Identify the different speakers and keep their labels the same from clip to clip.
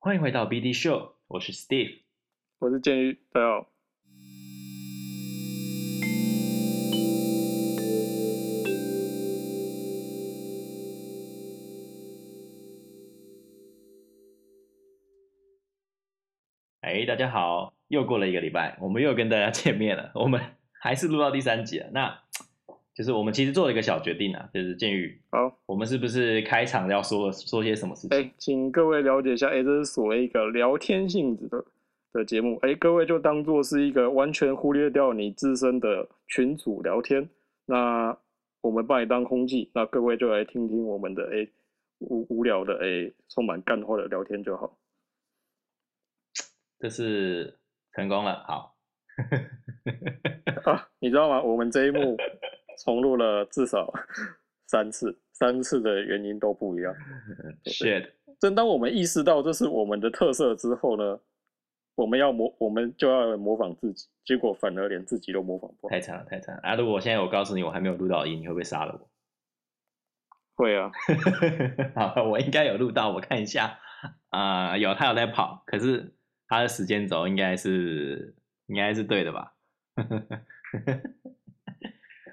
Speaker 1: 欢迎回到 BD Show，我是 Steve。
Speaker 2: 我是监狱，大家好。
Speaker 1: 哎，大家好，又过了一个礼拜，我们又跟大家见面了。我 们还是录到第三集了。那就是我们其实做了一个小决定啊，就是建宇，
Speaker 2: 好，
Speaker 1: 我们是不是开场要说说些什么事情？
Speaker 2: 哎、请各位了解一下，哎、这是所谓一个聊天性质的的节目，哎、各位就当做是一个完全忽略掉你自身的群组聊天，那我们把你当空气，那各位就来听听我们的哎、无无聊的哎、充满干话的聊天就好。
Speaker 1: 这次成功了，好，
Speaker 2: 啊，你知道吗？我们这一幕重录了至少三次，三次的原因都不一样。
Speaker 1: shit，
Speaker 2: 正当我们意识到这是我们的特色之后呢，我们要模，我们就要模仿自己，结果反而连自己都模仿不好。
Speaker 1: 太惨了，太惨了啊！如果我现在我告诉你我还没有录到音，你会不会杀了我？
Speaker 2: 会啊，
Speaker 1: 好，我应该有录到，我看一下啊、有他有在跑，可是他的时间轴应该是应该是对的吧？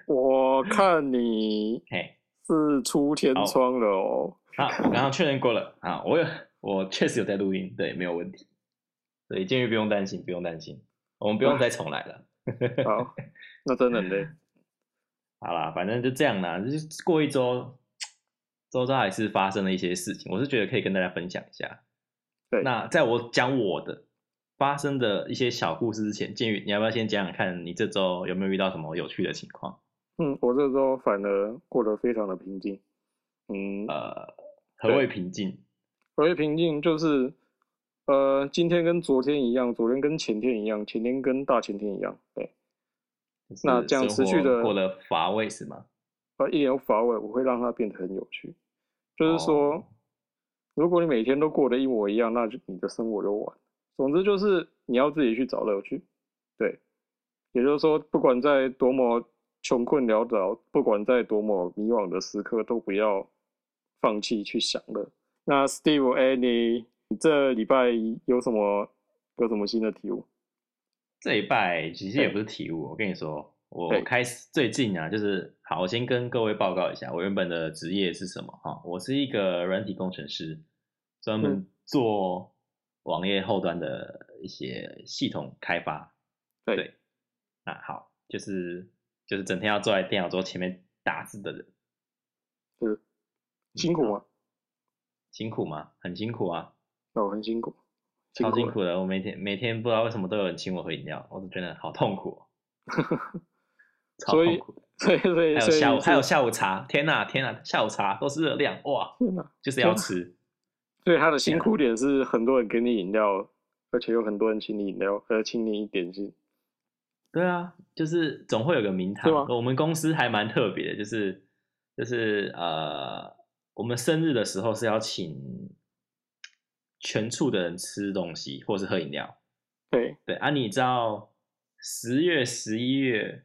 Speaker 2: 我看你
Speaker 1: 嘿，
Speaker 2: 是出天窗了哦。
Speaker 1: 好，我刚刚确认过了啊，我有我确实有在录音，对，没有问题，所以建议不用担心，不用担心，我们不用再重来了。
Speaker 2: 好，那真的很累。
Speaker 1: 好啦，反正就这样啦，就是过一周，周遭还是发生了一些事情，我是觉得可以跟大家分享一下。
Speaker 2: 对
Speaker 1: 那在我讲我的发生的一些小故事之前，建宇，你要不要先讲讲看你这周有没有遇到什么有趣的情况？
Speaker 2: 嗯，我这周反而过得非常的平静。嗯，
Speaker 1: 呃，何
Speaker 2: 对
Speaker 1: 谓平静？
Speaker 2: 所谓平静就是，呃，今天跟昨天一样，昨天跟前天一样，前天跟大前天一样，对，
Speaker 1: 就是
Speaker 2: 那这样
Speaker 1: 生
Speaker 2: 持续
Speaker 1: 活
Speaker 2: 的
Speaker 1: 过得乏味是吗？
Speaker 2: 呃，一点都不乏味，我会让它变得很有趣。就是说，
Speaker 1: 哦
Speaker 2: 如果你每天都过得一模一样，那就你的生活就完了。总之就是你要自己去找乐趣，对。也就是说，不管在多么穷困潦倒，不管在多么迷惘的时刻，都不要放弃去享乐。那 Steve，哎、你你这礼拜有什么有什么新的体悟？
Speaker 1: 这一拜其实
Speaker 2: 对
Speaker 1: 也不是体悟，我跟你说，我
Speaker 2: 对
Speaker 1: 开始最近啊，就是好，我先跟各位报告一下，我原本的职业是什么哈？我是一个软体工程师，专
Speaker 2: 嗯
Speaker 1: 门做网页后端的一些系统开发。
Speaker 2: 对
Speaker 1: 对，那好，就是就是整天要坐在电脑桌前面打字的人，嗯
Speaker 2: 辛苦吗？
Speaker 1: 辛苦吗？很辛苦啊，
Speaker 2: 哦，很辛苦，
Speaker 1: 超辛
Speaker 2: 了
Speaker 1: 苦的。我每天每天不知道为什么都有人请我喝饮料，我都觉得好痛苦、哦， 超
Speaker 2: 所
Speaker 1: 痛
Speaker 2: 以
Speaker 1: 苦。
Speaker 2: 所以所
Speaker 1: 还
Speaker 2: 以
Speaker 1: 有
Speaker 2: 所以
Speaker 1: 下午，
Speaker 2: 你
Speaker 1: 还有
Speaker 2: 是
Speaker 1: 下午茶，天呐天呐，下午茶都是热量哇，
Speaker 2: 天哪
Speaker 1: 就是要吃，
Speaker 2: 所以他的辛苦点是很多人给你饮料，而且有很多人请你饮料，呃，请你点心。
Speaker 1: 对啊，就是总会有个名堂
Speaker 2: 是吗。
Speaker 1: 我们公司还蛮特别的，就是就是呃，我们生日的时候是要请全处的人吃东西或是喝饮料，
Speaker 2: 对，
Speaker 1: 对啊，你知道十月、十一月，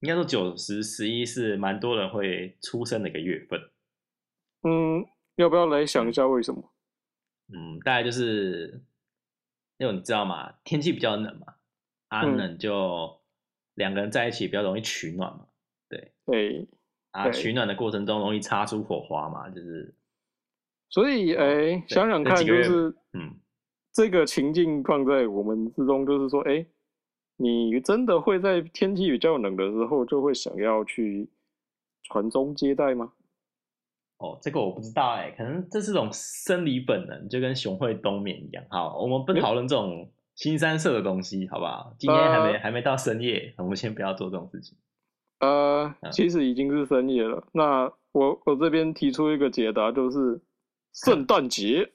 Speaker 1: 应该说九十、十一是蛮多人会出生的一个月份。
Speaker 2: 嗯，要不要来想一下为什么？
Speaker 1: 嗯，大概就是因为你知道嘛，天气比较冷嘛，啊
Speaker 2: 嗯
Speaker 1: 冷就两个人在一起比较容易取暖嘛，
Speaker 2: 对，
Speaker 1: 啊
Speaker 2: 对
Speaker 1: 取暖的过程中容易擦出火花嘛，就是
Speaker 2: 所以哎，想想看，
Speaker 1: 这几
Speaker 2: 就
Speaker 1: 个月
Speaker 2: 是
Speaker 1: 嗯，
Speaker 2: 这个情境放在我们之中，就是说，哎，你真的会在天气比较冷的时候，就会想要去传宗接代吗？
Speaker 1: 哦，这个我不知道哎、可能这是种生理本能，就跟熊会冬眠一样。好，我们不
Speaker 2: 嗯
Speaker 1: 讨论这种新三色的东西，好不好？今天还没、
Speaker 2: 呃
Speaker 1: 还没到深夜，我们先不要做这种事情。
Speaker 2: 呃
Speaker 1: 嗯，
Speaker 2: 其实已经是深夜了。那我我这边提出一个解答，就是圣诞节，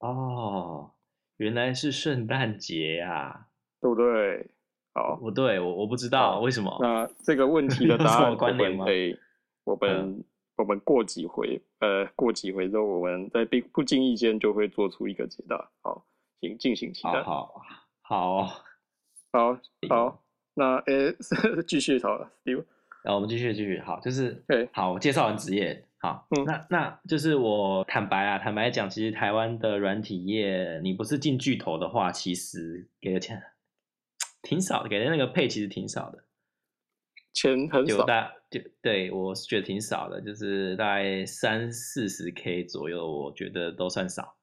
Speaker 1: 哦，原来是圣诞节呀、
Speaker 2: 对不对？好
Speaker 1: 啊！。不对，我我不知道、
Speaker 2: 哦
Speaker 1: 为什么。
Speaker 2: 那这个问题的
Speaker 1: 有
Speaker 2: 答
Speaker 1: 什么
Speaker 2: 案，我
Speaker 1: 关联
Speaker 2: 们
Speaker 1: 吗嗯
Speaker 2: 诶，我们我们过几回，呃，过几回之后，我们在不不经意间就会做出一个解答。好，请敬请期
Speaker 1: 好
Speaker 2: 待。
Speaker 1: 好好，哦
Speaker 2: 好，好，那呃，继续好了，Steve。
Speaker 1: 那我们继续继续。好，就是
Speaker 2: 对
Speaker 1: 好，我介绍完职业，好，
Speaker 2: 嗯
Speaker 1: 那那就是我坦白啊，坦白讲，其实台湾的软体业，你不是进巨头的话，其实给的钱挺少的，给的那个配其实挺少的。
Speaker 2: 钱很
Speaker 1: 就
Speaker 2: 少，
Speaker 1: 大就对我是觉得挺少的，就是大概三四十 K 左右，我觉得都算少。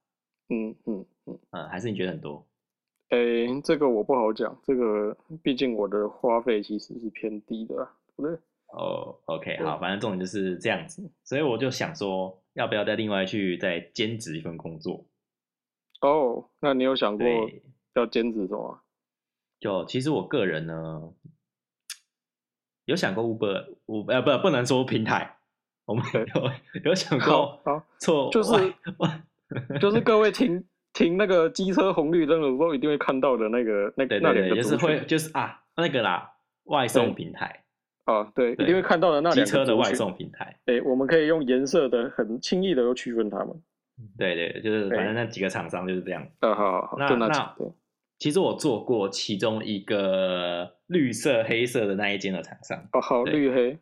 Speaker 2: 嗯嗯。
Speaker 1: 嗯，还是你觉得很多？
Speaker 2: 诶，这个我不好讲，这个毕竟我的花费其实是偏低的啊，对不对？
Speaker 1: 哦、o k
Speaker 2: 对
Speaker 1: 好，反正重点就是这样子，所以我就想说，要不要再另外去再兼职一份工作？
Speaker 2: 哦，那你有想过
Speaker 1: 对，
Speaker 2: 要兼职什么 啊？
Speaker 1: 就其实我个人呢，有想过 Uber，u 呃不不能说平台，我们
Speaker 2: 对
Speaker 1: 有有想
Speaker 2: 好
Speaker 1: 过
Speaker 2: 好，
Speaker 1: 做
Speaker 2: 就是
Speaker 1: 外外
Speaker 2: 就是各位停停那个机车红绿灯的时候一定会看到的那个那
Speaker 1: 对
Speaker 2: 那
Speaker 1: 对对，
Speaker 2: 两个
Speaker 1: 就是
Speaker 2: 族
Speaker 1: 会
Speaker 2: 群
Speaker 1: 就是啊那个啦，外送平台，
Speaker 2: 啊，对，一
Speaker 1: 对
Speaker 2: 定会看到的那
Speaker 1: 机
Speaker 2: 两
Speaker 1: 车
Speaker 2: 个
Speaker 1: 的
Speaker 2: 族
Speaker 1: 外
Speaker 2: 群。
Speaker 1: 送平台。
Speaker 2: 诶，我们可以用颜色的很轻易的就区分它们。
Speaker 1: 对对，就是
Speaker 2: 嗯对
Speaker 1: 反正那几个厂商就是这样。
Speaker 2: 啊，好好好，
Speaker 1: 那
Speaker 2: 就那
Speaker 1: 那
Speaker 2: 几对，
Speaker 1: 其实我做过其中一个绿色、黑色的那一间的厂商，
Speaker 2: 哦好，
Speaker 1: 对
Speaker 2: 绿黑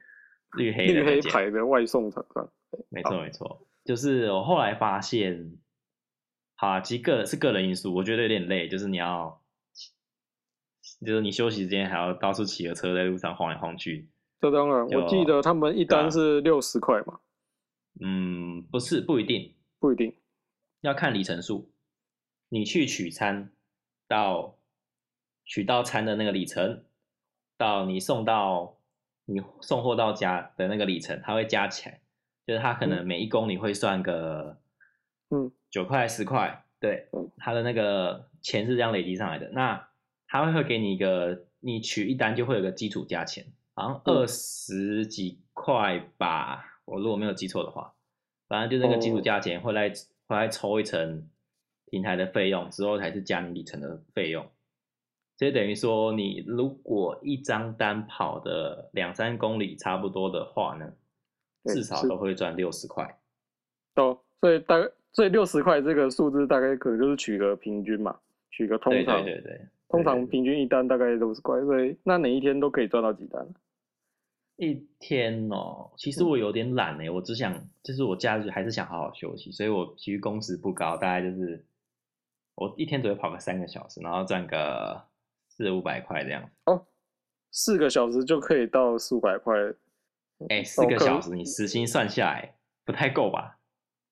Speaker 1: 绿黑的
Speaker 2: 绿
Speaker 1: 那
Speaker 2: 黑
Speaker 1: 间，
Speaker 2: 牌的外送厂商，
Speaker 1: 没错没错。就是我后来发现，好啊，其实个是个人因素，我觉得有点累，就是你要，就是你休息时间还要到处骑个车在路上晃来晃去。
Speaker 2: 这当然，我记
Speaker 1: 有
Speaker 2: 得他们一
Speaker 1: 对啊
Speaker 2: 单是六十块嘛，
Speaker 1: 嗯，不是不一定，
Speaker 2: 不一定。
Speaker 1: 要看里程数。你去取餐到取到餐的那个里程，到你送到你送货到家的那个里程，它会加起来，就是它可能每一公里会算个
Speaker 2: 嗯
Speaker 1: 九块十块，对
Speaker 2: 嗯，
Speaker 1: 它的那个钱是这样累积上来的。那它会给你一个，你取一单就会有个基础价钱，好像
Speaker 2: 嗯
Speaker 1: 二十几块吧，我如果没有记错的话。反正就那个基础
Speaker 2: 哦
Speaker 1: 价钱会来会来抽一层平台的费用，之后才是加你里程的费用。所以等于说，你如果一张单跑的两三公里差不多的话呢，
Speaker 2: 对
Speaker 1: 至少
Speaker 2: 是
Speaker 1: 都会赚六十块。
Speaker 2: 哦，所以大概所以六十块这个数字大概可能就是取个平均嘛，取个通
Speaker 1: 对
Speaker 2: 常
Speaker 1: 对对对，
Speaker 2: 通
Speaker 1: 对
Speaker 2: 常
Speaker 1: 对对
Speaker 2: 平均一单大概六十块，所以那你一天都可以赚到几单？
Speaker 1: 一天哦，其
Speaker 2: 嗯
Speaker 1: 实我有点懒哎、我只想就是我假日还是想好好休息，所以我其实工时不高，大概就是我一天只会跑个三个小时，然后赚个四五百块这样。
Speaker 2: 四个小时就可以到四五百块，
Speaker 1: 哎，四个
Speaker 2: 哦可
Speaker 1: 小时你时薪算下来不太够吧？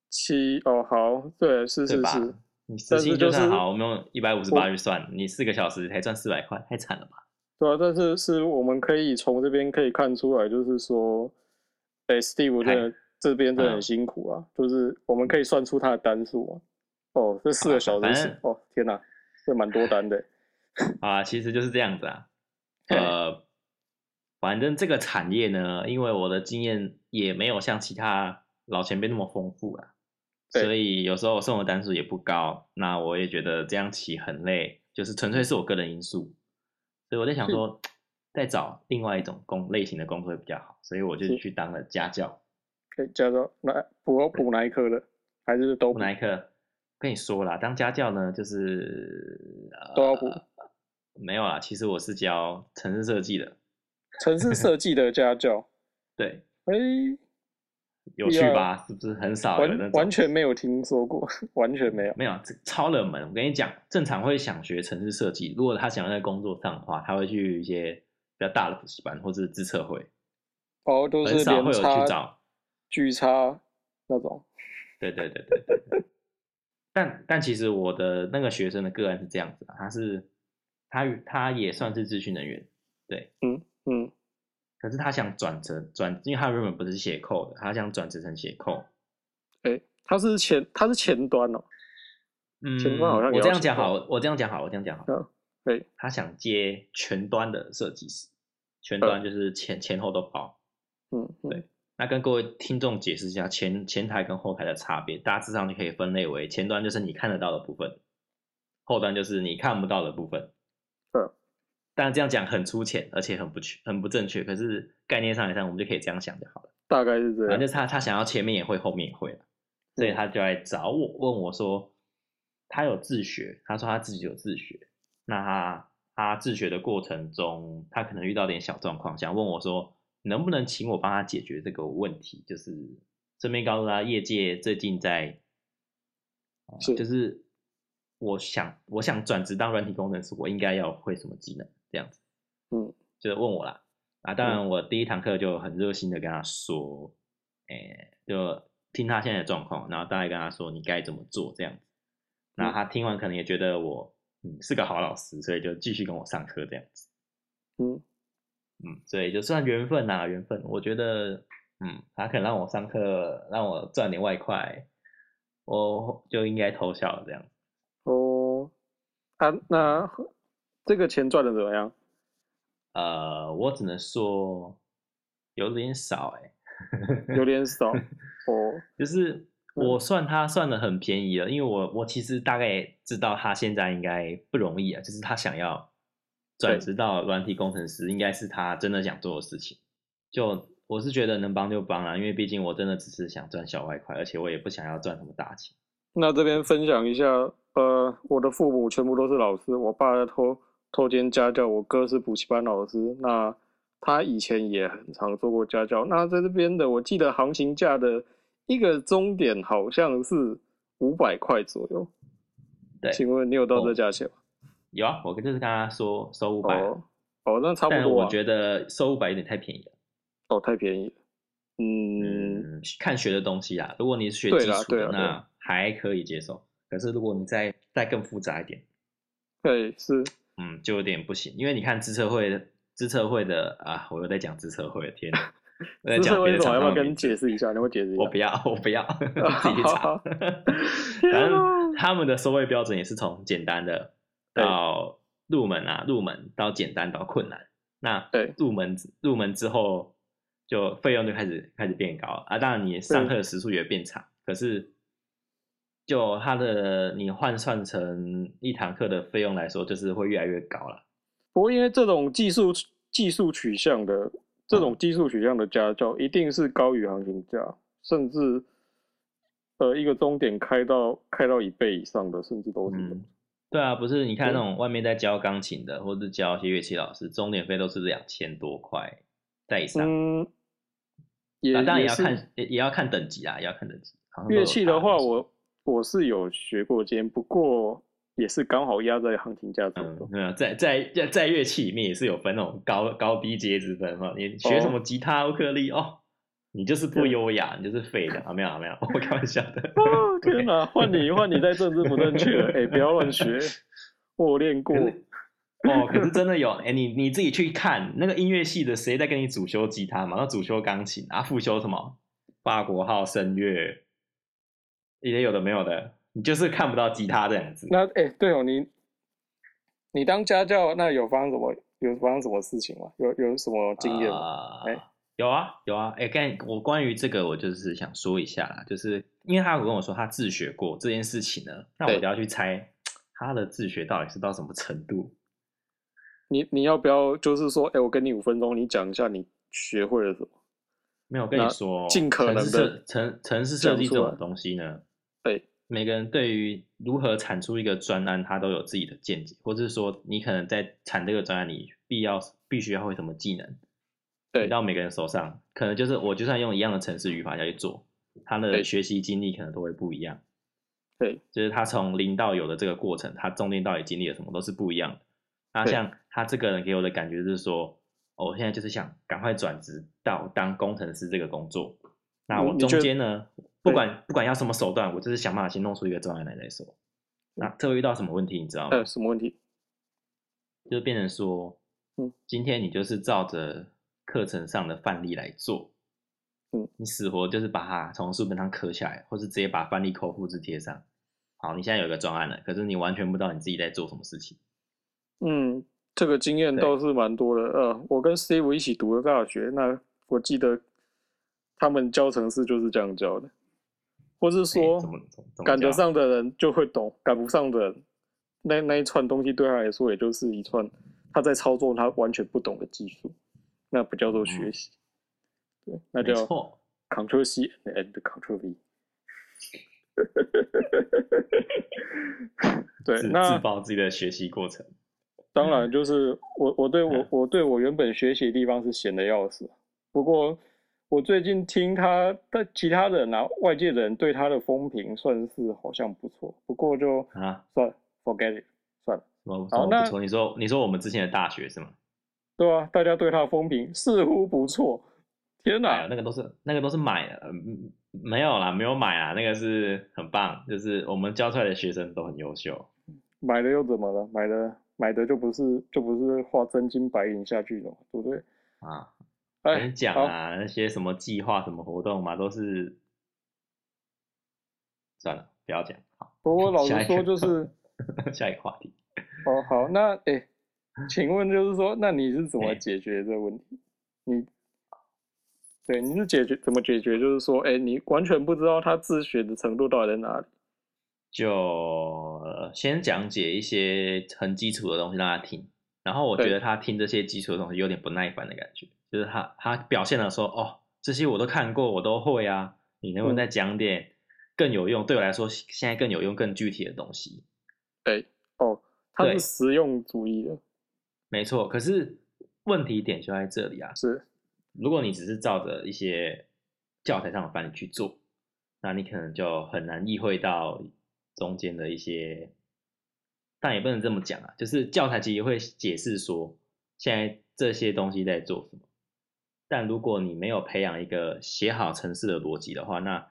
Speaker 2: 七哦好，对，是
Speaker 1: 对
Speaker 2: 是
Speaker 1: 吧
Speaker 2: 是，？
Speaker 1: 你时
Speaker 2: 但
Speaker 1: 薪
Speaker 2: 是
Speaker 1: 就
Speaker 2: 就
Speaker 1: 算
Speaker 2: 是
Speaker 1: 好，我们用一百五十八去算，你四个小时才赚四百块，太惨了吧？
Speaker 2: 对啊，但是是我们可以从这边可以看出来，就是说，哎，Steve
Speaker 1: 嗨
Speaker 2: 真的这边真的
Speaker 1: 嗯
Speaker 2: 很辛苦啊，就是我们可以算出他的单数嘛。哦，这四
Speaker 1: 好
Speaker 2: 个小
Speaker 1: 反
Speaker 2: 时是
Speaker 1: 正
Speaker 2: 哦，天哪，这蛮多单 的。
Speaker 1: 啊，其实就是这样子啊。
Speaker 2: 哎
Speaker 1: 呃，反正这个产业呢，因为我的经验也没有像其他老前辈那么丰富啊，
Speaker 2: 对
Speaker 1: 所以有时候我送的单数也不高。那我也觉得这样骑很累，就是纯粹是我个人因素。所以我在想说，再找另外一种工类型的工作会比较好，所以我就是去当了家教。
Speaker 2: 可以加到哪补补哪一科的，还是都
Speaker 1: 布
Speaker 2: 补
Speaker 1: 莱克跟你说啦，当家教呢，就是、呃、
Speaker 2: 都要补？
Speaker 1: 没有啦，其实我是教城市设计的，
Speaker 2: 城市设计的家教，
Speaker 1: 对，
Speaker 2: 哎、
Speaker 1: 有趣吧？是不是很少有那
Speaker 2: 啊完
Speaker 1: 种
Speaker 2: 完全没有听说过， 完全没有。
Speaker 1: 没有这超冷门？我跟你讲，正常会想学城市设计，如果他想要在工作上的话，他会去一些比较大的补习班或是自测会，
Speaker 2: 哦，都
Speaker 1: 很
Speaker 2: 是
Speaker 1: 少会
Speaker 2: 连
Speaker 1: 有
Speaker 2: 插
Speaker 1: 去找。
Speaker 2: 巨差那种。
Speaker 1: 对对对对对对。但但其实我的那个学生的个案是这样子啊，他是他他也算是资讯人员，
Speaker 2: 嗯，
Speaker 1: 可是他想转成转，因为他原本不是写扣的，他想转职成写扣。
Speaker 2: 哎、它是前它是前端哦，
Speaker 1: 嗯，
Speaker 2: 前端好像
Speaker 1: 我
Speaker 2: 也要
Speaker 1: 这样
Speaker 2: 写
Speaker 1: 讲
Speaker 2: 扣
Speaker 1: 好，我这样讲好，我这样讲好。
Speaker 2: 嗯对，
Speaker 1: 他想接全端的设计师，全
Speaker 2: 嗯
Speaker 1: 端就是前、前后都包。
Speaker 2: 嗯，嗯
Speaker 1: 对那跟各位听众解释一下前前台跟后台的差别，大致上就可以分类为前端就是你看得到的部分，后端就是你看不到的部分。
Speaker 2: 嗯，
Speaker 1: 但这样讲很粗浅，而且很不确很不正确，可是概念上来上，我们就可以这样想就好了。
Speaker 2: 大概是这
Speaker 1: 反正
Speaker 2: 样。
Speaker 1: 就是他他想要前面也会，后面也会啊所以他就来找我，问我说，他有自学，他说他自己有自学，那他他自学的过程中，他可能遇到点小状况，想问我说，能不能请我帮他解决这个问题，就是顺便告诉大家，业界最近在，呃
Speaker 2: 是
Speaker 1: 就是我想我想转职当软体工程师，我应该要会什么技能这样子，
Speaker 2: 嗯，
Speaker 1: 就是问我啦。啊，当然我第一堂课就很热心的跟他说，诶、就听他现在的状况，然后大概跟他说你该怎么做这样子。
Speaker 2: 嗯
Speaker 1: 那他听完可能也觉得我嗯是个好老师，所以就继续跟我上课这样子。
Speaker 2: 嗯，
Speaker 1: 嗯，所以就算缘分呐、缘分。我觉得，嗯，他肯让我上课，让我赚点外快，我就应该偷笑这样。
Speaker 2: 哦，啊，那这个钱赚的怎么样？
Speaker 1: 呃，我只能说有点少哎、
Speaker 2: 有点少哦，
Speaker 1: 就是我算他算的很便宜了，因为我我其实大概知道他现在应该不容易啊，就是他想要转
Speaker 2: 对
Speaker 1: 职到软体工程师，应该是他真的想做的事情。就我是觉得能帮就帮啦、因为毕竟我真的只是想赚小外快，而且我也不想要赚什么大钱。
Speaker 2: 那这边分享一下，呃，我的父母全部都是老师，我爸偷偷兼家教，我哥是补习班老师。那他以前也很常做过家教。那在这边的，我记得行情价的一个终点好像是五百块左右。
Speaker 1: 对哦
Speaker 2: 请问你有到这价钱吗？
Speaker 1: 有啊，我就是跟他说收五百、啊
Speaker 2: 哦，哦，那差不
Speaker 1: 但
Speaker 2: 多、啊。
Speaker 1: 我觉得收五百有点太便宜了。
Speaker 2: 哦，太便宜了。嗯，
Speaker 1: 嗯，看学的东西啦，如果你是学
Speaker 2: 对
Speaker 1: 基
Speaker 2: 啦
Speaker 1: 础
Speaker 2: 对
Speaker 1: 的，
Speaker 2: 啦对
Speaker 1: 那还可以接受。可是如果你再再更复杂一点，
Speaker 2: 对，是，
Speaker 1: 嗯，就有点不行，因为你看资策会的资策会的啊，我又在讲资策会了，天哪！我在
Speaker 2: 这是
Speaker 1: 讲别
Speaker 2: 为
Speaker 1: 的
Speaker 2: 什
Speaker 1: 厂
Speaker 2: 么要不
Speaker 1: 商的
Speaker 2: 要跟
Speaker 1: 名
Speaker 2: 你
Speaker 1: 字
Speaker 2: 解释一下？你会解释一
Speaker 1: 我
Speaker 2: 下
Speaker 1: 不？要，我不要，自己去
Speaker 2: 哦
Speaker 1: 查。
Speaker 2: 天
Speaker 1: 反
Speaker 2: 啊
Speaker 1: 正他们的收费标准也是从简单的
Speaker 2: 对
Speaker 1: 到入门啊，入门到简单到困难。那
Speaker 2: 对
Speaker 1: 入门之入门之后，就费用就开始开始变高啊。当然，你上课的时数也变长，可是就它的你换算成一堂课的费用来说，就是会越来越高了。
Speaker 2: 不过因为这种技术技术取向的
Speaker 1: 嗯
Speaker 2: 这种技术取向的家教，一定是高于行情价，甚至呃一个终点开到开到一倍以上的，甚至都是有。
Speaker 1: 嗯，对啊，不是你看
Speaker 2: 对
Speaker 1: 那种外面在教钢琴的，或是教一些乐器老师，钟点费都是两千多块在以上。
Speaker 2: 嗯，也
Speaker 1: 啊啊，当然也
Speaker 2: 也
Speaker 1: 要
Speaker 2: 是
Speaker 1: 看，也也要看等级啊，也要看等级。好像都有
Speaker 2: 乐器的话
Speaker 1: 差东西
Speaker 2: 我，我是有学过间，不过也是刚好压在行情价左
Speaker 1: 嗯，。
Speaker 2: 右
Speaker 1: 没有在在在在乐器里面也是有分那种高高低阶之分哈。你学
Speaker 2: 哦
Speaker 1: 什么吉他、乌克丽哦，你就是不优雅，你就是废的啊！没有啊没有，我开玩笑 的。
Speaker 2: 哦，天哪！ 换你，换你在政治不正确了。哎、不要乱学，我有练过。
Speaker 1: 可是哦，可是真的有哎、你你自己去看那个音乐系的谁在跟你主修吉他嘛？那主修钢琴啊，副修什么法国号、声乐，一些有的没有的，你就是看不到吉他这样子。
Speaker 2: 那哎、对哦，你你当家教，那有发生什么？有发生什么事情吗？有有什么经验吗？
Speaker 1: 啊
Speaker 2: 哎
Speaker 1: 有啊有啊，哎、干我关于这个我就是想说一下啦，就是因为他有跟我说他自学过这件事情呢，那我
Speaker 2: 对
Speaker 1: 就要去猜他的自学到底是到什么程度。
Speaker 2: 你你要不要就是说，哎、我给你五分钟，你讲一下你学会了什么？
Speaker 1: 没有我跟你
Speaker 2: 那
Speaker 1: 说，
Speaker 2: 尽可能
Speaker 1: 城市设
Speaker 2: 地
Speaker 1: 城城市设
Speaker 2: 讲
Speaker 1: 计这
Speaker 2: 出
Speaker 1: 种
Speaker 2: 来
Speaker 1: 东西呢，
Speaker 2: 对，
Speaker 1: 每个人对于如何产出一个专案，他都有自己的见解，或者是说你可能在产这个专案，你必要必须要会什么技能，
Speaker 2: 对
Speaker 1: 到每个人手上，可能就是我就算用一样的程式语法下去做，他的
Speaker 2: 对
Speaker 1: 学习经历可能都会不一样。
Speaker 2: 对，
Speaker 1: 就是他从零到有的这个过程，他中间到底经历了什么都是不一样的。那
Speaker 2: 对
Speaker 1: 像他这个人给我的感觉就是说，哦，我现在就是想赶快转职到当工程师这个工作。那
Speaker 2: 嗯你
Speaker 1: 我
Speaker 2: 你
Speaker 1: 中
Speaker 2: 觉得
Speaker 1: 间呢，不管不管要什么手段，我就是想办法先弄出一个专案来再说。
Speaker 2: 嗯
Speaker 1: 那这会遇到什么问题，你知道吗
Speaker 2: 呃，？什么问题？
Speaker 1: 就变成说，
Speaker 2: 嗯，
Speaker 1: 今天你就是照着课程上的范例来做，
Speaker 2: 嗯，
Speaker 1: 你死活就是把它从书本上刻下来，或是直接把范例扣复制贴上。好，你现在有一个专案了，可是你完全不知道你自己在做什么事情。
Speaker 2: 嗯，这个经验
Speaker 1: 对
Speaker 2: 倒是蛮多的。呃，我跟 Steve 一起读的大学，那我记得他们教程式就是这样教的，或是
Speaker 1: 哎
Speaker 2: 说
Speaker 1: 怎么怎么怎么
Speaker 2: 赶得
Speaker 1: 讲
Speaker 2: 上的人就会懂，赶不上的人，那那一串东西对他来说也就是一串他在操作他完全不懂的技术，那不叫做学习，对，那
Speaker 1: 嗯没
Speaker 2: 叫
Speaker 1: 错，
Speaker 2: Ctrl C and Ctrl V。对，
Speaker 1: 自
Speaker 2: 那
Speaker 1: 自曝自己的学习过程。
Speaker 2: 当然，就是我我对我
Speaker 1: 嗯
Speaker 2: 我对我原本学习的地方是闲的要死，不过我最近听他的其他人啊，外界人对他的风评算是好像不错，不过就
Speaker 1: 啊，
Speaker 2: 算了 forget it，算了。
Speaker 1: 什么什
Speaker 2: 好
Speaker 1: 么
Speaker 2: 那
Speaker 1: 不错？你说你说我们之前的大学是吗？
Speaker 2: 对啊，大家对他的风评似乎不错。
Speaker 1: 哎
Speaker 2: 天
Speaker 1: 呦
Speaker 2: 哪，
Speaker 1: 那个都是那个都是买的，嗯，没有啦，没有买啊，那个是很棒，就是我们教出来的学生都很优秀。
Speaker 2: 买的又怎么了？买的买的就不是就不是花真金白银下去的嘛，对不对？
Speaker 1: 啊，
Speaker 2: 哎
Speaker 1: 跟你，讲
Speaker 2: 好，
Speaker 1: 啊，那些什么计划、什么活动嘛，都是算了，不要讲。好，
Speaker 2: 不过老
Speaker 1: 下
Speaker 2: 实
Speaker 1: 一
Speaker 2: 说
Speaker 1: 个
Speaker 2: 就是，
Speaker 1: 下一个话题。
Speaker 2: 哦好，那哎，请问就是说，那你是怎么
Speaker 1: 哎
Speaker 2: 解决这个问题？你对你是解决怎么解决？就是说，哎，你完全不知道他自学的程度到底在哪里。
Speaker 1: 就呃先讲解一些很基础的东西让他听，然后我
Speaker 2: 对
Speaker 1: 觉得他听这些基础的东西有点不耐烦的感觉，就是他他表现的说哦这些我都看过，我都会啊，你能不能
Speaker 2: 嗯
Speaker 1: 再讲点更有用？对我来说现在更有用、更具体的东西，
Speaker 2: 对，哦，他是
Speaker 1: 对
Speaker 2: 实用主义的，
Speaker 1: 没错。可是问题点就在这里啊，
Speaker 2: 是
Speaker 1: 如果你只是照着一些教材上的范例去做，那你可能就很难意会到中间的一些，但也不能这么讲啊，就是教材其实会解释说现在这些东西在做什么，但如果你没有培养一个写好程式的逻辑的话，那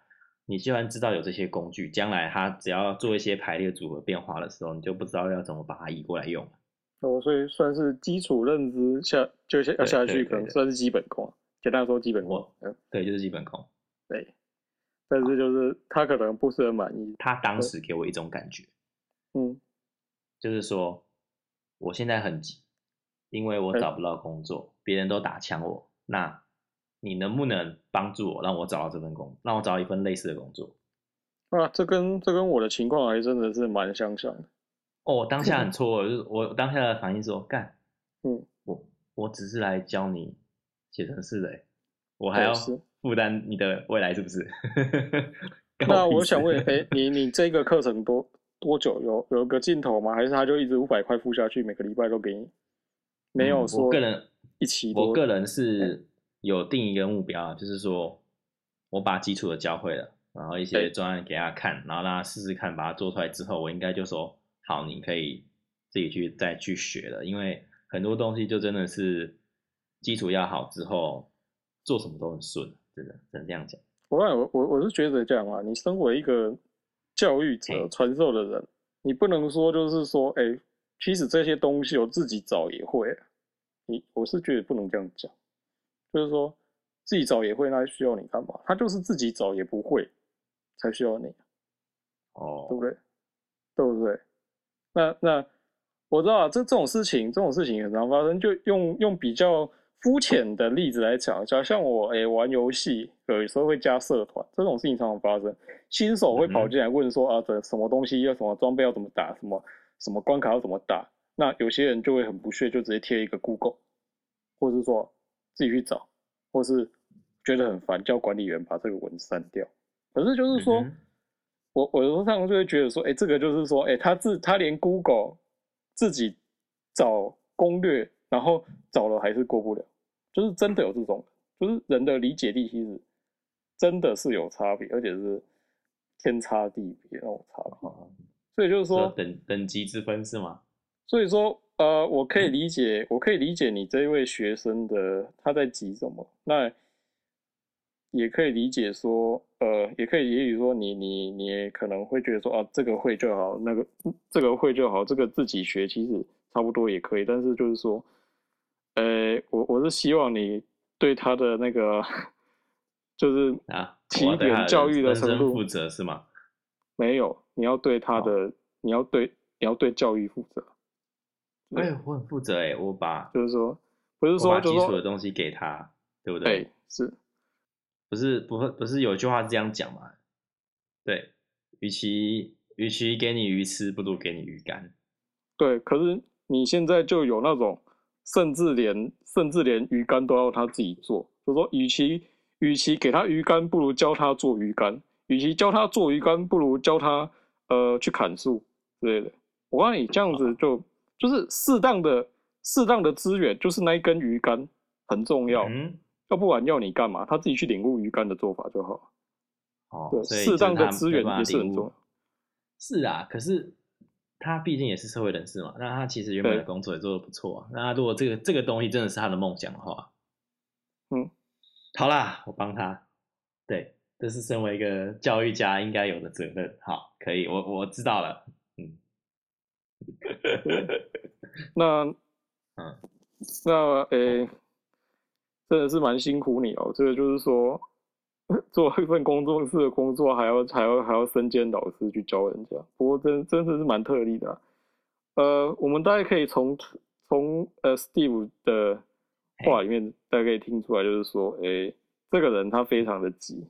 Speaker 1: 你虽然知道有这些工具，将来它只要做一些排列组合变化的时候，你就不知道要怎么把它移过来用。
Speaker 2: 哦，所以算是基础认知下，就是要
Speaker 1: 对
Speaker 2: 下
Speaker 1: 对对
Speaker 2: 去，可能
Speaker 1: 对
Speaker 2: 算是基本功啊。简单地说，基本功
Speaker 1: 我。
Speaker 2: 嗯，
Speaker 1: 对，就是基本功。
Speaker 2: 对。但是就是他可能不是很满意。
Speaker 1: 他当时给我一种感觉，
Speaker 2: 嗯，
Speaker 1: 就是说，我现在很急，因为我
Speaker 2: 嗯
Speaker 1: 找不到工作，别人都打枪我。那你能不能帮助我，让我找到这份工，让我找到一份类似的工作？
Speaker 2: 啊，这跟这跟我的情况还真的是蛮相像的。
Speaker 1: 哦，我当下很错愕，就是我当下的反应说，干，
Speaker 2: 嗯，
Speaker 1: 我我只是来教你写程式的欸，我还
Speaker 2: 对
Speaker 1: 要
Speaker 2: 哦是
Speaker 1: 负担你的未来是不是？ 干
Speaker 2: 那
Speaker 1: 屁
Speaker 2: 我
Speaker 1: 事
Speaker 2: 想问，哎，你你这个课程多多久有有个尽头吗？还是他就一直五百块付下去，每个礼拜都给你？没有
Speaker 1: 嗯
Speaker 2: 说
Speaker 1: 我个人
Speaker 2: 一期多。
Speaker 1: 我个人是有定一个目标啊，就是说我把基础的教会了，然后一些
Speaker 2: 对
Speaker 1: 专案给他看，然后让他试试看，把它做出来之后，我应该就说好，你可以自己去再去学了，因为很多东西就真的是基础要好之后，做什么都很顺，真的只能这样讲。
Speaker 2: 我我我我是觉得这样啊，你身为一个教育者、
Speaker 1: 嘿
Speaker 2: 传授的人，你不能说就是说，哎、其实这些东西我自己找也会啊。你我是觉得不能这样讲，就是说自己找也会，那需要你干嘛？他就是自己找也不会，才需要你，对不
Speaker 1: 哦，
Speaker 2: 对？对不对？那那我知道啊，这这种事情，这种事情很常发生。就用用比较肤浅的例子来讲一下，像我诶、玩游戏，有时候会加社团，这种事情常常发生。新手会
Speaker 1: 嗯哼
Speaker 2: 跑进来问说、啊，这什么东西要什么装备要怎么打，什么什么关卡要怎么打。那有些人就会很不屑，就直接贴一个 Google，或是说自己去找，或是觉得很烦，叫管理员把这个文删掉。可是就是说。
Speaker 1: 嗯哼
Speaker 2: 我我有时候就会觉得说，哎、这个就是说，哎、他自他连 Google 自己找攻略，然后找了还是过不了，就是真的有这种，就是人的理解力其实真的是有差别，而且是天差地别那种差别。
Speaker 1: 哦，
Speaker 2: 所以就是
Speaker 1: 说
Speaker 2: 说，
Speaker 1: 等等级之分是吗？
Speaker 2: 所以说，呃，我
Speaker 1: 嗯
Speaker 2: 可以理解，我可以理解你这一位学生的他在急什么，那也可以理解说，呃，也可以也许说你你你也可能会觉得说啊，这个会就好，那个嗯这个会就好，这个自己学其实差不多也可以，但是就是说，呃，我我是希望你对他的那个就是
Speaker 1: 啊，
Speaker 2: 起
Speaker 1: 我要对
Speaker 2: 点
Speaker 1: 他
Speaker 2: 教育的
Speaker 1: 人
Speaker 2: 程
Speaker 1: 生
Speaker 2: 度
Speaker 1: 负责是吗？
Speaker 2: 没有，你要对他
Speaker 1: 好
Speaker 2: 的，你要对你要对教育负责，对
Speaker 1: 哎，我很负责哎，我把
Speaker 2: 就是说，不是
Speaker 1: 我把
Speaker 2: 说就
Speaker 1: 基
Speaker 2: 是
Speaker 1: 础的
Speaker 2: 说，
Speaker 1: 东西给他，对不对
Speaker 2: 对，是。
Speaker 1: 不是不会不是有句话是这样讲嘛？对，与其与其给你鱼吃，不如给你鱼竿。
Speaker 2: 对，可是你现在就有那种，甚至连甚至连鱼竿都要他自己做。就说，与其与其给他鱼竿，不如教他做鱼竿；与其教他做鱼竿，不如教他呃去砍树之类的。我告诉你，这样子就就是适当的适当的资源，就是那一根鱼竿很重要。
Speaker 1: 嗯，
Speaker 2: 要不然要你干嘛？他自己去领悟鱼竿的做法就好。
Speaker 1: 哦，
Speaker 2: 对
Speaker 1: 所以
Speaker 2: 适
Speaker 1: 就是
Speaker 2: 当的
Speaker 1: 他
Speaker 2: 资
Speaker 1: 没
Speaker 2: 源
Speaker 1: 办
Speaker 2: 也
Speaker 1: 法
Speaker 2: 是
Speaker 1: 领
Speaker 2: 很
Speaker 1: 悟
Speaker 2: 重要
Speaker 1: 是啊，可是他毕竟也是社会人士嘛，那他其实原本的
Speaker 2: 对
Speaker 1: 工作也做得不错啊。那他如果这个这个东西真的是他的梦想的话，
Speaker 2: 嗯，
Speaker 1: 好啦，我帮他。对，这是身为一个教育家应该有的责任。好，可以，我我知道了。嗯，
Speaker 2: 那，
Speaker 1: 嗯，
Speaker 2: 那诶、真的是蛮辛苦你哦。这个就是说， 做一份工作室的工作，还要还要还要身兼老师去教人家。不过真真的是蛮特例的啊、呃，我们大概可以从从呃 Steve 的话里面大概可以听出来，就是说，诶、这个人他非常的急，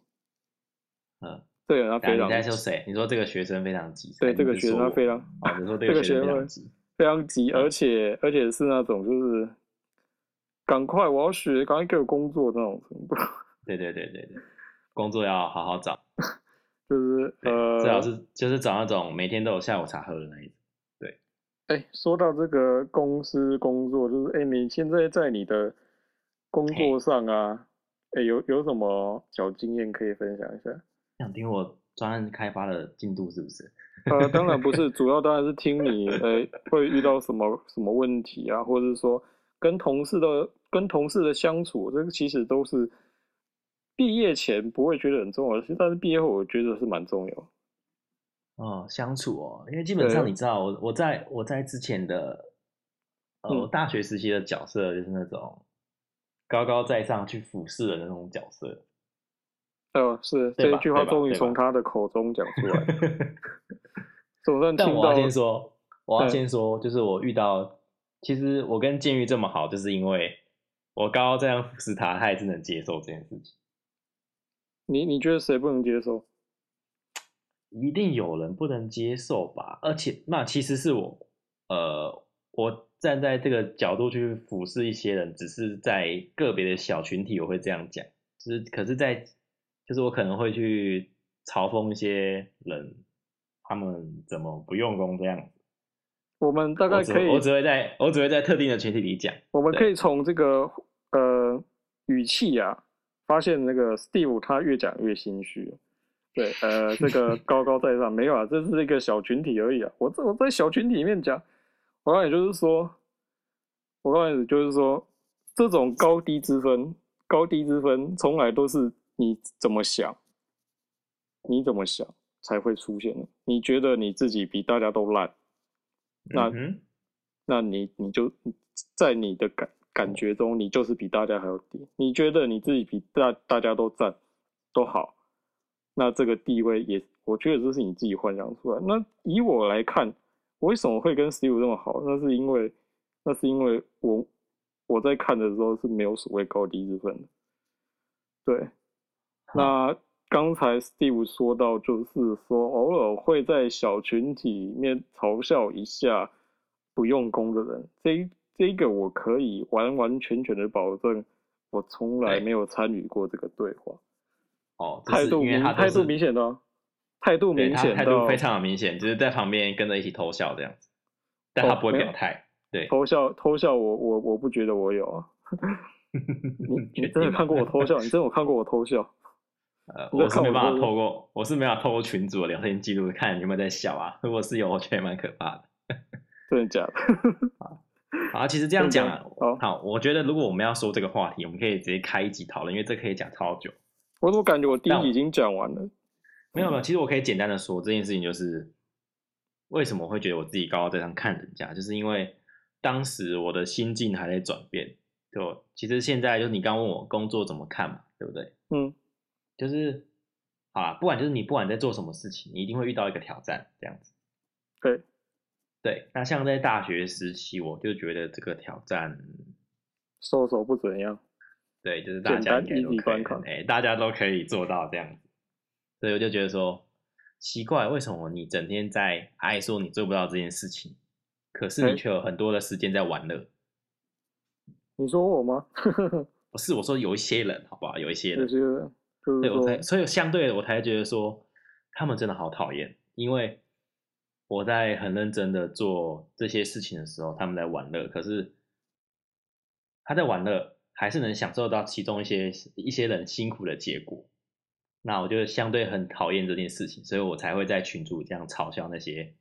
Speaker 1: 嗯，
Speaker 2: 这个人他
Speaker 1: 等
Speaker 2: 非
Speaker 1: 一下
Speaker 2: 常
Speaker 1: 你在
Speaker 2: 的急
Speaker 1: 说谁？你说这个学生非常急，
Speaker 2: 对
Speaker 1: 还是
Speaker 2: 这个
Speaker 1: 你是
Speaker 2: 学生
Speaker 1: 说
Speaker 2: 他非常
Speaker 1: 我哦，你说这
Speaker 2: 这
Speaker 1: 个
Speaker 2: 个
Speaker 1: 学生
Speaker 2: 学
Speaker 1: 非常
Speaker 2: 生
Speaker 1: 急，
Speaker 2: 非常急，
Speaker 1: 嗯
Speaker 2: 而且而且是那种就是赶快我要学，赶快给我工作的那种程度，
Speaker 1: 对对对对对，工作要好好找，
Speaker 2: 就是
Speaker 1: 对，最好
Speaker 2: 呃，
Speaker 1: 是就是找那种每天都有下午茶喝的那一种。
Speaker 2: 哎，说到这个公司工作，就是哎，你现在在你的工作上啊，哎，有有什么小经验可以分享一下？
Speaker 1: 想听我专案开发的进度是不是？
Speaker 2: 呃，当然不是，主要当然是听你呃会遇到什么什么问题啊，或者是说跟同事的跟同事的相处，这个其实都是毕业前不会觉得很重要，但是毕业后我觉得是蛮重要。
Speaker 1: 哦，相处哦，因为基本上
Speaker 2: 对
Speaker 1: 你知道，我我在我在之前的，呃，
Speaker 2: 嗯
Speaker 1: 我大学时期的角色就是那种高高在上去俯视的那种角色，
Speaker 2: 呃，是
Speaker 1: 对
Speaker 2: 这一
Speaker 1: 吧
Speaker 2: 句
Speaker 1: 对
Speaker 2: 话
Speaker 1: 吧
Speaker 2: 终于
Speaker 1: 对
Speaker 2: 从
Speaker 1: 吧
Speaker 2: 他的口中讲出 来，总算
Speaker 1: 但
Speaker 2: 听
Speaker 1: 我
Speaker 2: 到
Speaker 1: 要。先说，我要
Speaker 2: 嗯
Speaker 1: 先说，就是我遇到，其实我跟建玉这么好，就是因为我高高在上俯视他，他也是能接受这件事情。
Speaker 2: 你你觉得谁不能接受？
Speaker 1: 一定有人不能接受吧？而且那其实是我，呃，我站在这个角度去俯视一些人，只是在个别的小群体我会这样讲，就是可是在，就是我可能会去嘲讽一些人，他们怎么不用功这样子。
Speaker 2: 我们大概
Speaker 1: 我只
Speaker 2: 可以，
Speaker 1: 我只会在我只会在特定的群体里讲。
Speaker 2: 我们可以从这个呃语气啊，发现那个 Steve 他越讲越心虚。对，呃，这个高高在上没有啊，这是一个小群体而已啊。我这我在小群体里面讲，我告诉你就是说，我告诉你就是说，这种高低之分，高低之分从来都是你怎么想，你怎么想才会出现的。你觉得你自己比大家都烂，那
Speaker 1: 嗯哼，
Speaker 2: 那你你就在你的感感觉中，你就是比大家还要低。你觉得你自己比大大家都赞都好，那这个地位也，我觉得这是你自己幻想出来。那以我来看，我为什么会跟 Steve 这么好？那是因为那是因为我我在看的时候是没有所谓高低之分的。
Speaker 1: 嗯
Speaker 2: 对，那刚才 Steve 说到，就是说偶尔会在小群体里面嘲笑一下不用功的人，这一这个我可以完完全全的保证，我从来
Speaker 1: 对
Speaker 2: 没有参与过这个对话，
Speaker 1: 哦，就
Speaker 2: 态
Speaker 1: 是
Speaker 2: 度
Speaker 1: 因为
Speaker 2: 明
Speaker 1: 他都
Speaker 2: 态度
Speaker 1: 是
Speaker 2: 明显的哦、态度
Speaker 1: 对
Speaker 2: 明
Speaker 1: 他
Speaker 2: 显
Speaker 1: 态
Speaker 2: 到
Speaker 1: 度非常的明显，就是在旁边跟着一起偷笑这样子，但
Speaker 2: 哦
Speaker 1: 他不会
Speaker 2: 没有
Speaker 1: 表态。对，
Speaker 2: 偷笑偷笑我我我不觉得我 有啊，你你
Speaker 1: 确
Speaker 2: 真的
Speaker 1: 定吗
Speaker 2: 看过我偷笑？你真的有看过我偷笑？
Speaker 1: 呃，
Speaker 2: 你在
Speaker 1: 我是
Speaker 2: 看
Speaker 1: 没
Speaker 2: 我
Speaker 1: 办法
Speaker 2: 偷
Speaker 1: 透过，我是没办法透过群主的聊天记录看有没有在笑啊。如果是有，我觉得也蛮可怕的。
Speaker 2: 真的假的？
Speaker 1: 好啊，其实这样讲啊
Speaker 2: 真的哦好，
Speaker 1: 好，我觉得如果我们要说这个话题，我们可以直接开一集讨论，因为这可以讲超久。
Speaker 2: 我怎么感觉我第一
Speaker 1: 但我
Speaker 2: 集已经讲完了？
Speaker 1: 没有没有，其实我可以简单的说这件事情，就是为什么会觉得我自己高高在上看人家，就是因为当时我的心境还在转变。就其实现在就是你刚问我工作怎么看嘛，对不对？
Speaker 2: 嗯
Speaker 1: 就是啊，不管就是你不管在做什么事情，你一定会遇到一个挑战，这样子。
Speaker 2: 对，
Speaker 1: 对，那像在大学时期，我就觉得这个挑战，
Speaker 2: 收手不怎样。
Speaker 1: 对，就是大
Speaker 2: 简
Speaker 1: 家
Speaker 2: 单
Speaker 1: 应该都
Speaker 2: easy
Speaker 1: 可以
Speaker 2: 关卡，
Speaker 1: 哎、大家都可以做到这样子。所以我就觉得说，奇怪，为什么你整天在爱说你做不到这件事情，可是
Speaker 2: 哎
Speaker 1: 你却有很多的时间在玩乐？
Speaker 2: 你说我吗？
Speaker 1: 不是，我说有一些人，好不好？有一些
Speaker 2: 就
Speaker 1: 人，
Speaker 2: 是就是
Speaker 1: 对我才，
Speaker 2: 说，
Speaker 1: 所以相对的我才觉得说，他们真的好讨厌，因为我在很认真的做这些事情的时候，他们在玩乐，可是他在玩乐，还是能享受到其中一些一些人辛苦的结果。那我就相对很讨厌这件事情，所以我才会在群组这样嘲笑那些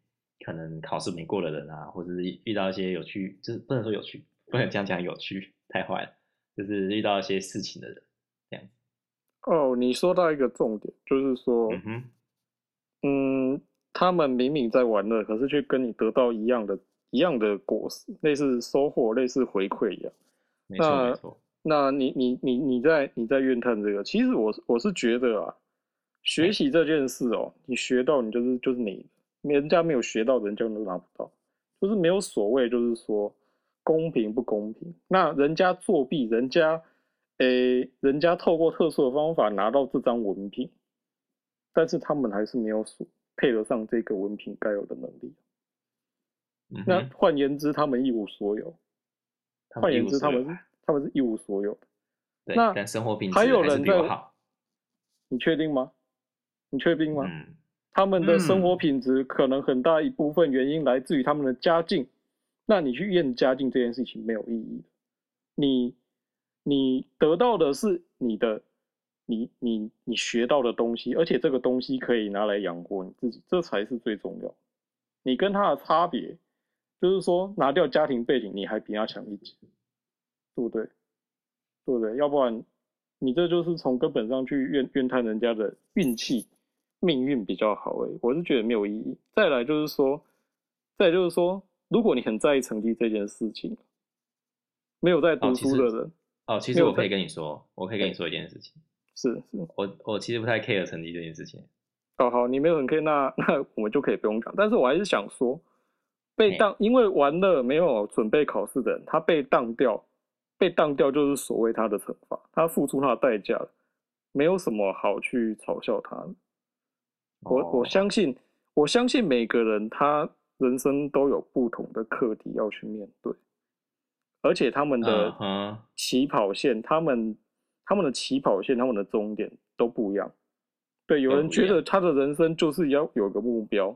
Speaker 1: 可能考试没过的人啊，或者是遇到一些有趣，就是不能说有趣，不能这样讲有趣，太坏了，就是遇到一些事情的人。
Speaker 2: 哦，你说到一个重点，就是说，
Speaker 1: 嗯哼，
Speaker 2: 嗯，他们明明在玩乐，可是却跟你得到一样的、一样的果实，类似收获、类似回馈一样。
Speaker 1: 没错
Speaker 2: 那
Speaker 1: 没错，
Speaker 2: 那你、你、你、你在你在怨叹这个，其实我是我是觉得啊，
Speaker 1: 哎
Speaker 2: 学习这件事哦，你学到你就是就是你的，没人家没有学到的，人家都拿不到，就是没有所谓，就是说公平不公平。那人家作弊，人家诶，人家透过特殊的方法拿到这张文凭，但是他们还是没有所配得上这个文凭该有的能力。
Speaker 1: 嗯
Speaker 2: 那
Speaker 1: 哼
Speaker 2: 换言之，他们一无所有。
Speaker 1: 他
Speaker 2: 换
Speaker 1: 一
Speaker 2: 言
Speaker 1: 无
Speaker 2: 之，
Speaker 1: 所
Speaker 2: 他
Speaker 1: 有
Speaker 2: 们是他们是一无所有的。
Speaker 1: 对，
Speaker 2: 那
Speaker 1: 但生活品质
Speaker 2: 还有
Speaker 1: 是
Speaker 2: 人
Speaker 1: 比我
Speaker 2: 在
Speaker 1: 好，
Speaker 2: 你确定吗？你确定吗？
Speaker 1: 嗯，
Speaker 2: 他们的生活
Speaker 1: 嗯
Speaker 2: 品质可能很大一部分原因来自于他们的家境。那你去验家境这件事情没有意义的。你你得到的是你的，你你你学到的东西，而且这个东西可以拿来养活你自己，这才是最重要的。你跟他的差别，就是说拿掉家庭背景，你还比他强一截，对不对？对不对？要不然你这就是从根本上去怨怨叹人家的运气、命运比较好、欸。我是觉得没有意义。再来就是说，再来就是说，如果你很在意成绩这件事情，没有在
Speaker 1: 哦
Speaker 2: 读
Speaker 1: 其
Speaker 2: 书
Speaker 1: 实
Speaker 2: 的人，
Speaker 1: 哦，其
Speaker 2: 没
Speaker 1: 实
Speaker 2: 有
Speaker 1: 我可以
Speaker 2: 在
Speaker 1: 跟你说，我可以跟你说一件事情，
Speaker 2: 是是
Speaker 1: 我我其实不太 care 成绩这件事情，
Speaker 2: 哦，好，你没有很 care，那那我们就可以不用讲。但是我还是想说，被
Speaker 1: 嘿
Speaker 2: 当因为玩乐没有准备考试的人，他被当掉，被当掉就是所谓他的惩罚，他付出他的代价了，没有什么好去嘲笑他的。我
Speaker 1: 哦
Speaker 2: 我相信，我相信每个人他人生都有不同的课题要去面对，而且他们的
Speaker 1: 嗯哼，
Speaker 2: 起跑线，他们他们的起跑线，他们的终点都不一样。对，有
Speaker 1: 都
Speaker 2: 人
Speaker 1: 不一
Speaker 2: 觉
Speaker 1: 样
Speaker 2: 得他的人生就是要有个目标，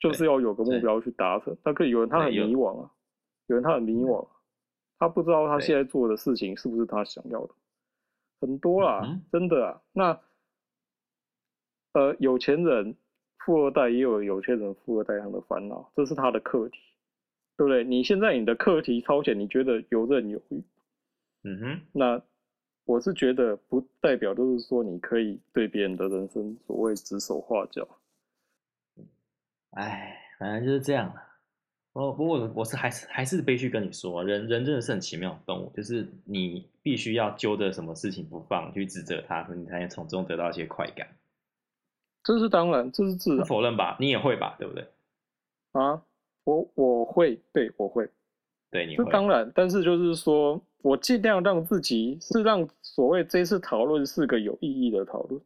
Speaker 2: 就是要有个目
Speaker 1: 对
Speaker 2: 标去达成。那可以有人他
Speaker 1: 对
Speaker 2: 很
Speaker 1: 有嗯
Speaker 2: 迷惘啊，有人他很迷惘，啊他不知道他
Speaker 1: 对
Speaker 2: 现在做的事情是不是他想要的，很多啦，
Speaker 1: 嗯哼
Speaker 2: 真的啊。那呃，有钱人富二代也有有钱人富二代他的烦恼，这是他的课题，对不对？你现在你的课题超前，你觉得游刃有余，
Speaker 1: 嗯哼，
Speaker 2: 那我是觉得不代表就是说你可以对别人的人生所谓指手画脚。
Speaker 1: 哎，反正就是这样了。哦，不过我我是还是还是必须跟你说，啊人人真的是很奇妙的动物，就是你必须要揪着什么事情不放，去指责它，你才能从中得到一些快感。
Speaker 2: 这是当然，这是自
Speaker 1: 不
Speaker 2: 然
Speaker 1: 否认吧，你也会吧，对不对？
Speaker 2: 啊。我我会，对我会，
Speaker 1: 对，你
Speaker 2: 这
Speaker 1: 会。
Speaker 2: 当然。但是就是说我尽量让自己是让所谓这次讨论是个有意义的讨论，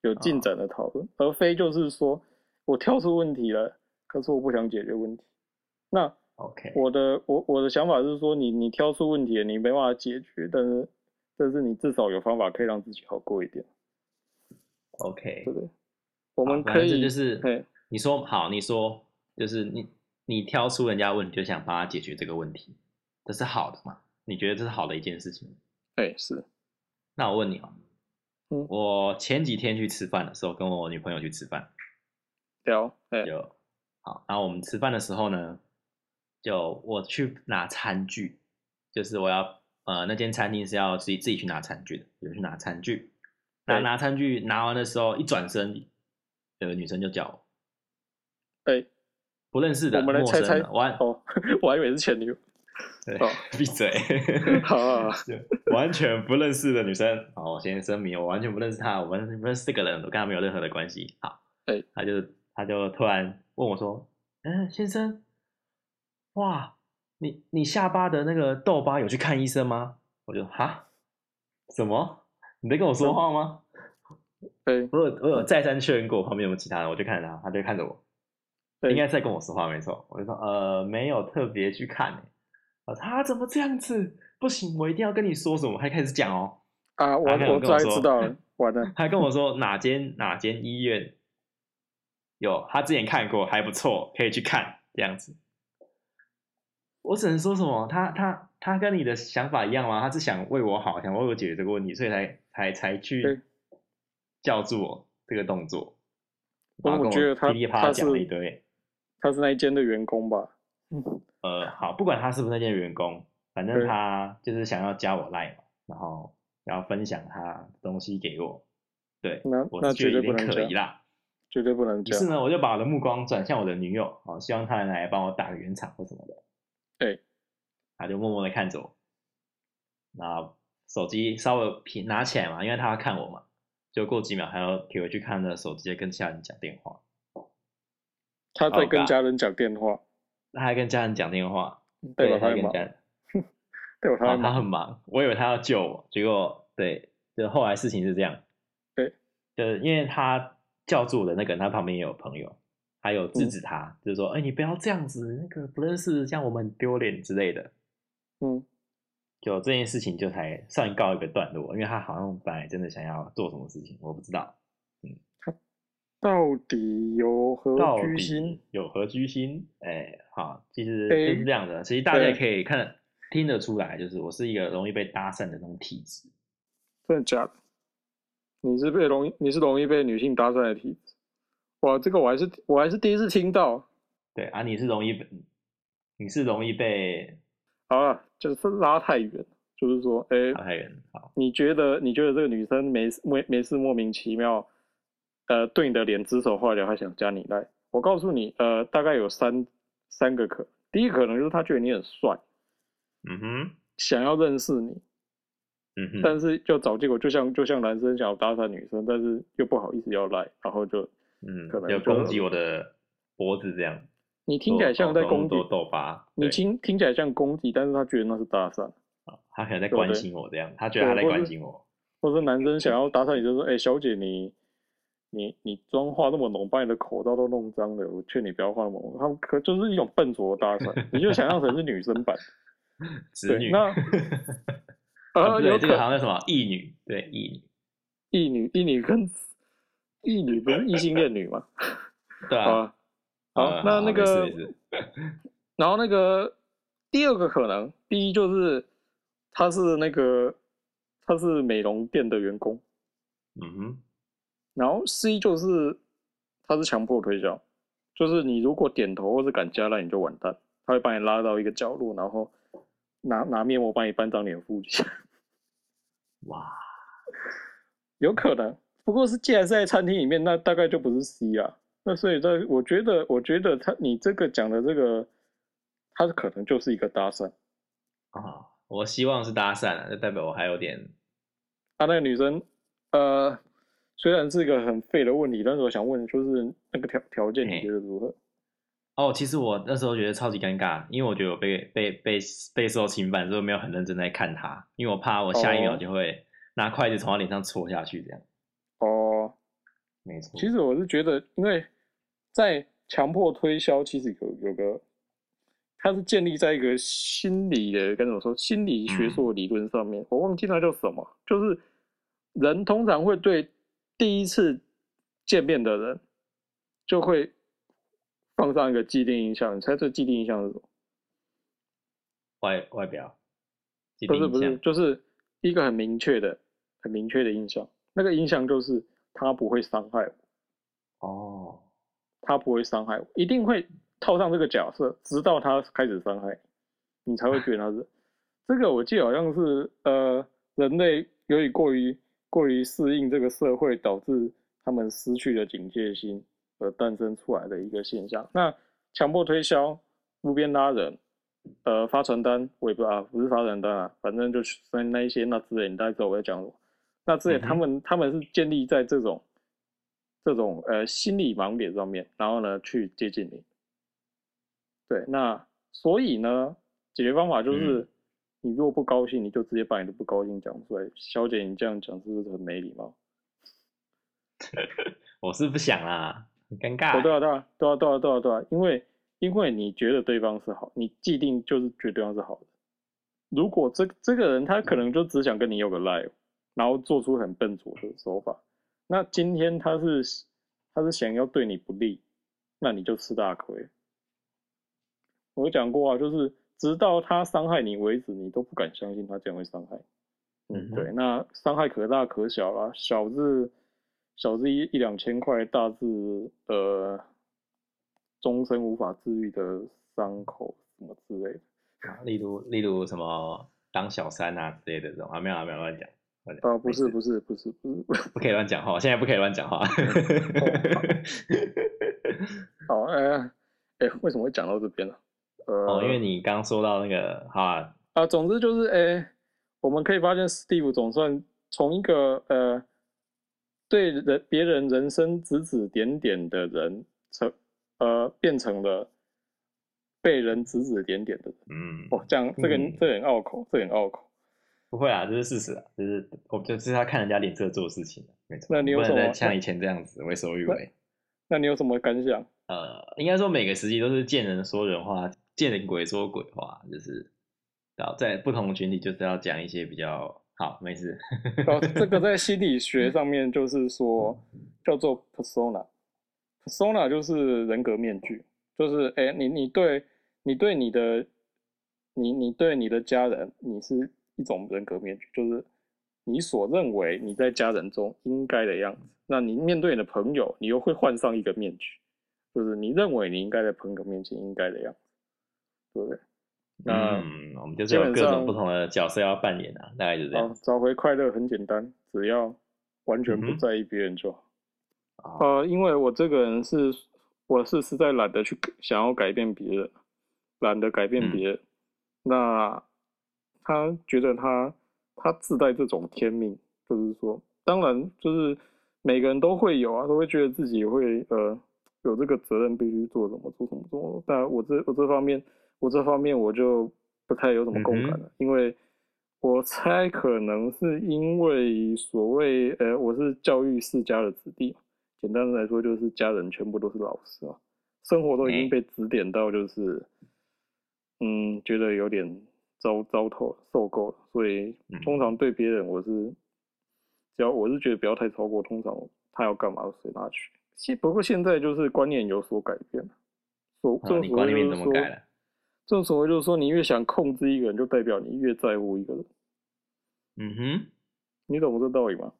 Speaker 2: 有进
Speaker 1: 啊
Speaker 2: 展的讨论，而非就是说我跳出问题了，可是我不想解决问题。那
Speaker 1: OK，
Speaker 2: 我的我我的想法是说你，你挑出问题了，你没办法解决，但是但是你至少有方法可以让自己好过一点，
Speaker 1: OK，
Speaker 2: 对不对？我
Speaker 1: 我
Speaker 2: 们可以
Speaker 1: 就是
Speaker 2: 嘿
Speaker 1: 你说好，你说就是你你挑出人家问题，就想帮他解决这个问题，这是好的嘛？你觉得这是好的一件事情吗？
Speaker 2: 哎是
Speaker 1: 那我问你哦，
Speaker 2: 嗯
Speaker 1: 我前几天去吃饭的时候，跟我女朋友去吃饭，
Speaker 2: 聊哎
Speaker 1: 就好，然后我们吃饭的时候呢，就我去拿餐具，就是我要呃那间餐厅是要自己自己去拿餐具的，有去拿餐具，那
Speaker 2: 对
Speaker 1: 拿餐具拿完的时候，一转身，有个女生就叫我
Speaker 2: 哎，
Speaker 1: 不认识的
Speaker 2: 我们来
Speaker 1: 陌
Speaker 2: 猜
Speaker 1: 生
Speaker 2: 猜
Speaker 1: 的，我还
Speaker 2: 哦， 我还以为是前女 友，
Speaker 1: 对
Speaker 2: 哦
Speaker 1: 闭 嘴。
Speaker 2: 好啊，
Speaker 1: 完全不认识的女生。好，我先声明，我完全不认识她，我完全不认识这个人，我跟她没有任何的关系。好，
Speaker 2: 哎
Speaker 1: 她就她就突然问我说：“嗯，先生，哇，你你下巴的那个痘疤有去看医生吗？”我就哈，什么？你在跟我说话吗？
Speaker 2: 哎
Speaker 1: 我有我有再三确认过我旁边有没有其他人，我就看着他，他就看着我，
Speaker 2: 对
Speaker 1: 应该是在跟我说话没错。我就说呃没有特别去看、欸，我说啊怎么这样子？不行，我一定要跟你说什么。他开始讲哦，
Speaker 2: 啊，我
Speaker 1: 他可能
Speaker 2: 我
Speaker 1: 跟我
Speaker 2: 大概
Speaker 1: 说
Speaker 2: 知道了，完了，
Speaker 1: 他跟我说哪间哪间医院有，他之前看过还不错，可以去看这样子。我只能说什么，他他他跟你的想法一样吗？他是想为我好，想为我解决这个问题，所以才才才
Speaker 2: 对
Speaker 1: 去叫住我这个动作。
Speaker 2: 我
Speaker 1: 然后跟
Speaker 2: 觉得他
Speaker 1: 噼里啪
Speaker 2: 他
Speaker 1: 啦讲了
Speaker 2: 是
Speaker 1: 一堆。
Speaker 2: 他是那一间的员工 吧？
Speaker 1: 呃，好，不管他是不是那间员工，反正
Speaker 2: 对
Speaker 1: 他就是想要加我 line 嘛，然后然后分享他东西给我。对，
Speaker 2: 那
Speaker 1: 我
Speaker 2: 那
Speaker 1: 是觉
Speaker 2: 绝
Speaker 1: 得有
Speaker 2: 对不
Speaker 1: 点
Speaker 2: 能
Speaker 1: 可
Speaker 2: 讲
Speaker 1: 疑，啦。
Speaker 2: 绝对不啊能
Speaker 1: 于是
Speaker 2: 讲。
Speaker 1: 呢，我就把我的目光转向我的女友啊、哦希望她能来帮我打个圆场或什么的。
Speaker 2: 对，
Speaker 1: 她就默默的看着我，那手机稍微平拿起来嘛，因为她要看我嘛。就过几秒，还要给我去看那手机，跟家人讲电话。
Speaker 2: 他在跟
Speaker 1: God
Speaker 2: 家人讲电话，
Speaker 1: 她还跟家人讲电话，
Speaker 2: 代
Speaker 1: 对，
Speaker 2: 表
Speaker 1: 她
Speaker 2: 他
Speaker 1: 还
Speaker 2: 很
Speaker 1: 跟
Speaker 2: 忙，
Speaker 1: 家人，
Speaker 2: 代表他
Speaker 1: 啊，
Speaker 2: 很忙
Speaker 1: 他很忙，我以为他要救我，结果对，就后来事情是这样，
Speaker 2: 对，
Speaker 1: 就是因为他叫住我的那个人，他旁边也有朋友，还有制止他，就是说，哎、你不要这样子，那个不认识，这样我们很丢脸之类的。
Speaker 2: 嗯，
Speaker 1: 就这件事情就才算告一个段落，因为他好像本来真的想要做什么事情，我不知道
Speaker 2: 到底有
Speaker 1: 到
Speaker 2: 何居心
Speaker 1: 底？有何居心。哎，好，其实
Speaker 2: 哎
Speaker 1: 就是这样的。其实大家也
Speaker 2: 对
Speaker 1: 可以看听得出来，就是我是一个容易被搭讪的那种体质。
Speaker 2: 真的假的？你是被容易，你是容易被女性搭讪的体质。哇，这个我还是我还是第一次听到。
Speaker 1: 对啊，你是容易被，你是容易被
Speaker 2: 好了，就是拉太远，就是说，哎、
Speaker 1: 淘汰人。好，
Speaker 2: 你觉得你觉得这个女生没事没没事莫名其妙，呃，对你的脸指手画脚，还想加你来？我告诉你，呃，大概有三三个可能，第一个可能就是她觉得你很帅，
Speaker 1: 嗯哼，
Speaker 2: 想要认识你，
Speaker 1: 嗯哼，
Speaker 2: 但是要找借口，就像就像男生想要搭讪女生，但是又不好意思要来，然后就
Speaker 1: 嗯
Speaker 2: 可能，
Speaker 1: 有
Speaker 2: 就
Speaker 1: 攻击我的脖子这样，
Speaker 2: 你听起来像在攻击，
Speaker 1: 做痘疤，
Speaker 2: 你
Speaker 1: 对，
Speaker 2: 听听起来像攻击，但是他觉得那是搭讪，
Speaker 1: 他可能在
Speaker 2: 对
Speaker 1: 关
Speaker 2: 对
Speaker 1: 心我这样，他觉得
Speaker 2: 对
Speaker 1: 他在
Speaker 2: 或
Speaker 1: 关
Speaker 2: 是
Speaker 1: 心我，
Speaker 2: 或者男生想要搭讪你，就说，哎、小姐你。你你妆化那么浓，把你的口罩都弄脏了，我劝你不要化那么浓。他们可就是一种笨拙的搭讪，你就想象成是女生版，
Speaker 1: 子
Speaker 2: 对，
Speaker 1: 女，
Speaker 2: 那
Speaker 1: 啊不
Speaker 2: 呃有
Speaker 1: 对，
Speaker 2: 可
Speaker 1: 这个好像叫什么异女，对，异女，
Speaker 2: 异女异女跟异女不是异性恋女吗？
Speaker 1: 对
Speaker 2: 好
Speaker 1: 啊，
Speaker 2: 啊，好，
Speaker 1: 呃
Speaker 2: 那那
Speaker 1: 没事
Speaker 2: 个
Speaker 1: 没事
Speaker 2: 然后那个第二个可能，第一就是他是那个他是美容店的员工，
Speaker 1: 嗯哼，
Speaker 2: 然后 C 就是他是强迫推销，就是你如果点头或是敢加赖，你就完蛋，他会把你拉到一个角落，然后拿拿面膜帮你搬张脸敷起来，
Speaker 1: 哇，
Speaker 2: 有可能。不过是既然是在餐厅里面，那大概就不是 C 啊。那所以这我觉得，我觉得他你这个讲的这个，他可能就是一个搭讪。
Speaker 1: 啊，我希望是搭讪啊，就代表我还有点，
Speaker 2: 啊，那个女生，呃，虽然是一个很废的问题，但是我想问，就是那个条条件你
Speaker 1: 嘿
Speaker 2: 觉得如何？
Speaker 1: 哦，其实我那时候觉得超级尴尬，因为我觉得我被被被被受侵犯，所以我没有很认真在看他，因为我怕我下一秒
Speaker 2: 哦
Speaker 1: 就会拿筷子从他脸上戳下去，这样。
Speaker 2: 哦，
Speaker 1: 没错，
Speaker 2: 其实我是觉得，因为在强迫推销，其实有有个，它是建立在一个心理的，该怎么说，心理学说理论上
Speaker 1: 嗯
Speaker 2: 面，我忘记那叫什么，就是人通常会对第一次见面的人就会放上一个既定印象，你猜这既定印象是什么？
Speaker 1: 外外表，既
Speaker 2: 不
Speaker 1: 定
Speaker 2: 是不
Speaker 1: 印
Speaker 2: 是，
Speaker 1: 象
Speaker 2: 就是一个很明确的、很明确的印象。那个印象就是他不会伤害我，
Speaker 1: 哦，
Speaker 2: 他不会伤害我，一定会套上这个假设，直到他开始伤害你，你才会觉得他是。这个我记得好像是呃，人类由于过于过于适应这个社会，导致他们失去了警戒心而诞生出来的一个现象。那强迫推销、路边拉人、呃发传单，我也不知道、啊，不是发传单啊，反正就是那那一些那之类，你大概知道我在讲什么。那之类，
Speaker 1: 嗯哼
Speaker 2: 他们他们是建立在这种这种呃心理盲点上面，然后呢去接近你。对，那所以呢，解决方法就是，你如果不高兴，你就直接把你的不高兴讲出来。小姐，你这样讲是不是很没礼貌？哦
Speaker 1: 我是不想啦，很尴
Speaker 2: 哦对
Speaker 1: 尬。
Speaker 2: 啊，对啊，对啊，对啊，对啊，对啊，因为因为你觉得对方是好，你既定就是觉得对方是好的。如果这这个人他可能就只想跟你有个 live，然后做出很笨拙的手法，那今天他是他是想要对你不利，那你就吃大亏。我讲过啊，就是直到他伤害你为止，你都不敢相信他这样会伤害。
Speaker 1: 嗯哼，
Speaker 2: 对，那伤害可大可小啦，小至小至一一两千块，大至呃终身无法治愈的伤口什么之类的。
Speaker 1: 例如例如什么当小三啊之类的这种啊，没有啊，没有乱讲，乱讲
Speaker 2: 啊，不是
Speaker 1: 没事
Speaker 2: 不是不是不是，
Speaker 1: 不可以乱讲话，现在不可以乱讲话。
Speaker 2: 嗯好，哎、哎、为什么会讲到这边呢、呃，
Speaker 1: 哦，因为你刚说到那个哈、啊，
Speaker 2: 啊，总之就是，诶、我们可以发现，Steve 总算从一个呃对人别人人生指指点点的人，成呃变成了被人指指点点的人。
Speaker 1: 嗯，
Speaker 2: 哦，这样这个、
Speaker 1: 嗯
Speaker 2: 这个很拗口，这个很拗口。
Speaker 1: 不会啊，这是事实啊，就是我就是要看人家脸色做事情，啊没错。
Speaker 2: 那你有
Speaker 1: 不能
Speaker 2: 什么
Speaker 1: 再像以前这样子为所欲为？
Speaker 2: 那你有什么感想？
Speaker 1: 呃，应该说每个时期都是见人说人话，见人鬼说鬼话，就是然后在不同的群体就是要讲一些比较好，没事。
Speaker 2: 哦，这个在心理学上面就是说叫做 persona。persona 就是人格面具，就是哎、你你对你对你的你你对你的家人，你是一种人格面具，就是你所认为你在家人中应该的样子。那你面对你的朋友，你又会换上一个面具，就是你认为你应该在朋友面前应该的样子，对不对？那、
Speaker 1: 嗯，我们就是有
Speaker 2: 基本
Speaker 1: 各种
Speaker 2: 上
Speaker 1: 不同的角色要扮演啊，大概就这样
Speaker 2: 好，。哦找回快乐很简单，只要完全
Speaker 1: 嗯
Speaker 2: 不
Speaker 1: 哼
Speaker 2: 在意别人就好。
Speaker 1: 啊
Speaker 2: 呃，因为我这个人是，我是实在懒得去想要改变别人，懒得改变
Speaker 1: 嗯
Speaker 2: 别人。那他觉得他他自带这种天命，就是说，当然就是每个人都会有啊，都会觉得自己会呃有这个责任必须做什么做什么做什么。但我这我这方面我这方面我就不太有什么共感
Speaker 1: 嗯
Speaker 2: 了，因为我猜可能是因为所谓呃我是教育世家的子弟嘛，简单的来说就是家人全部都是老师啊，生活都已经
Speaker 1: 嗯
Speaker 2: 被指点到就是。嗯，觉得有点糟糟透了，受够了，所以
Speaker 1: 嗯
Speaker 2: 通常对别人我是，只要我是觉得不要太超过，通常他要干嘛就随他去。现不过现在就是观念有所改变了，所
Speaker 1: 啊
Speaker 2: 正
Speaker 1: 你
Speaker 2: 所
Speaker 1: 观
Speaker 2: 谓
Speaker 1: 念
Speaker 2: 就
Speaker 1: 怎
Speaker 2: 是
Speaker 1: 么
Speaker 2: 说，
Speaker 1: 改了？
Speaker 2: 正所谓就是说，你越想控制一个人，就代表你越在乎一个人，
Speaker 1: 嗯哼。
Speaker 2: 你懂这道理吗？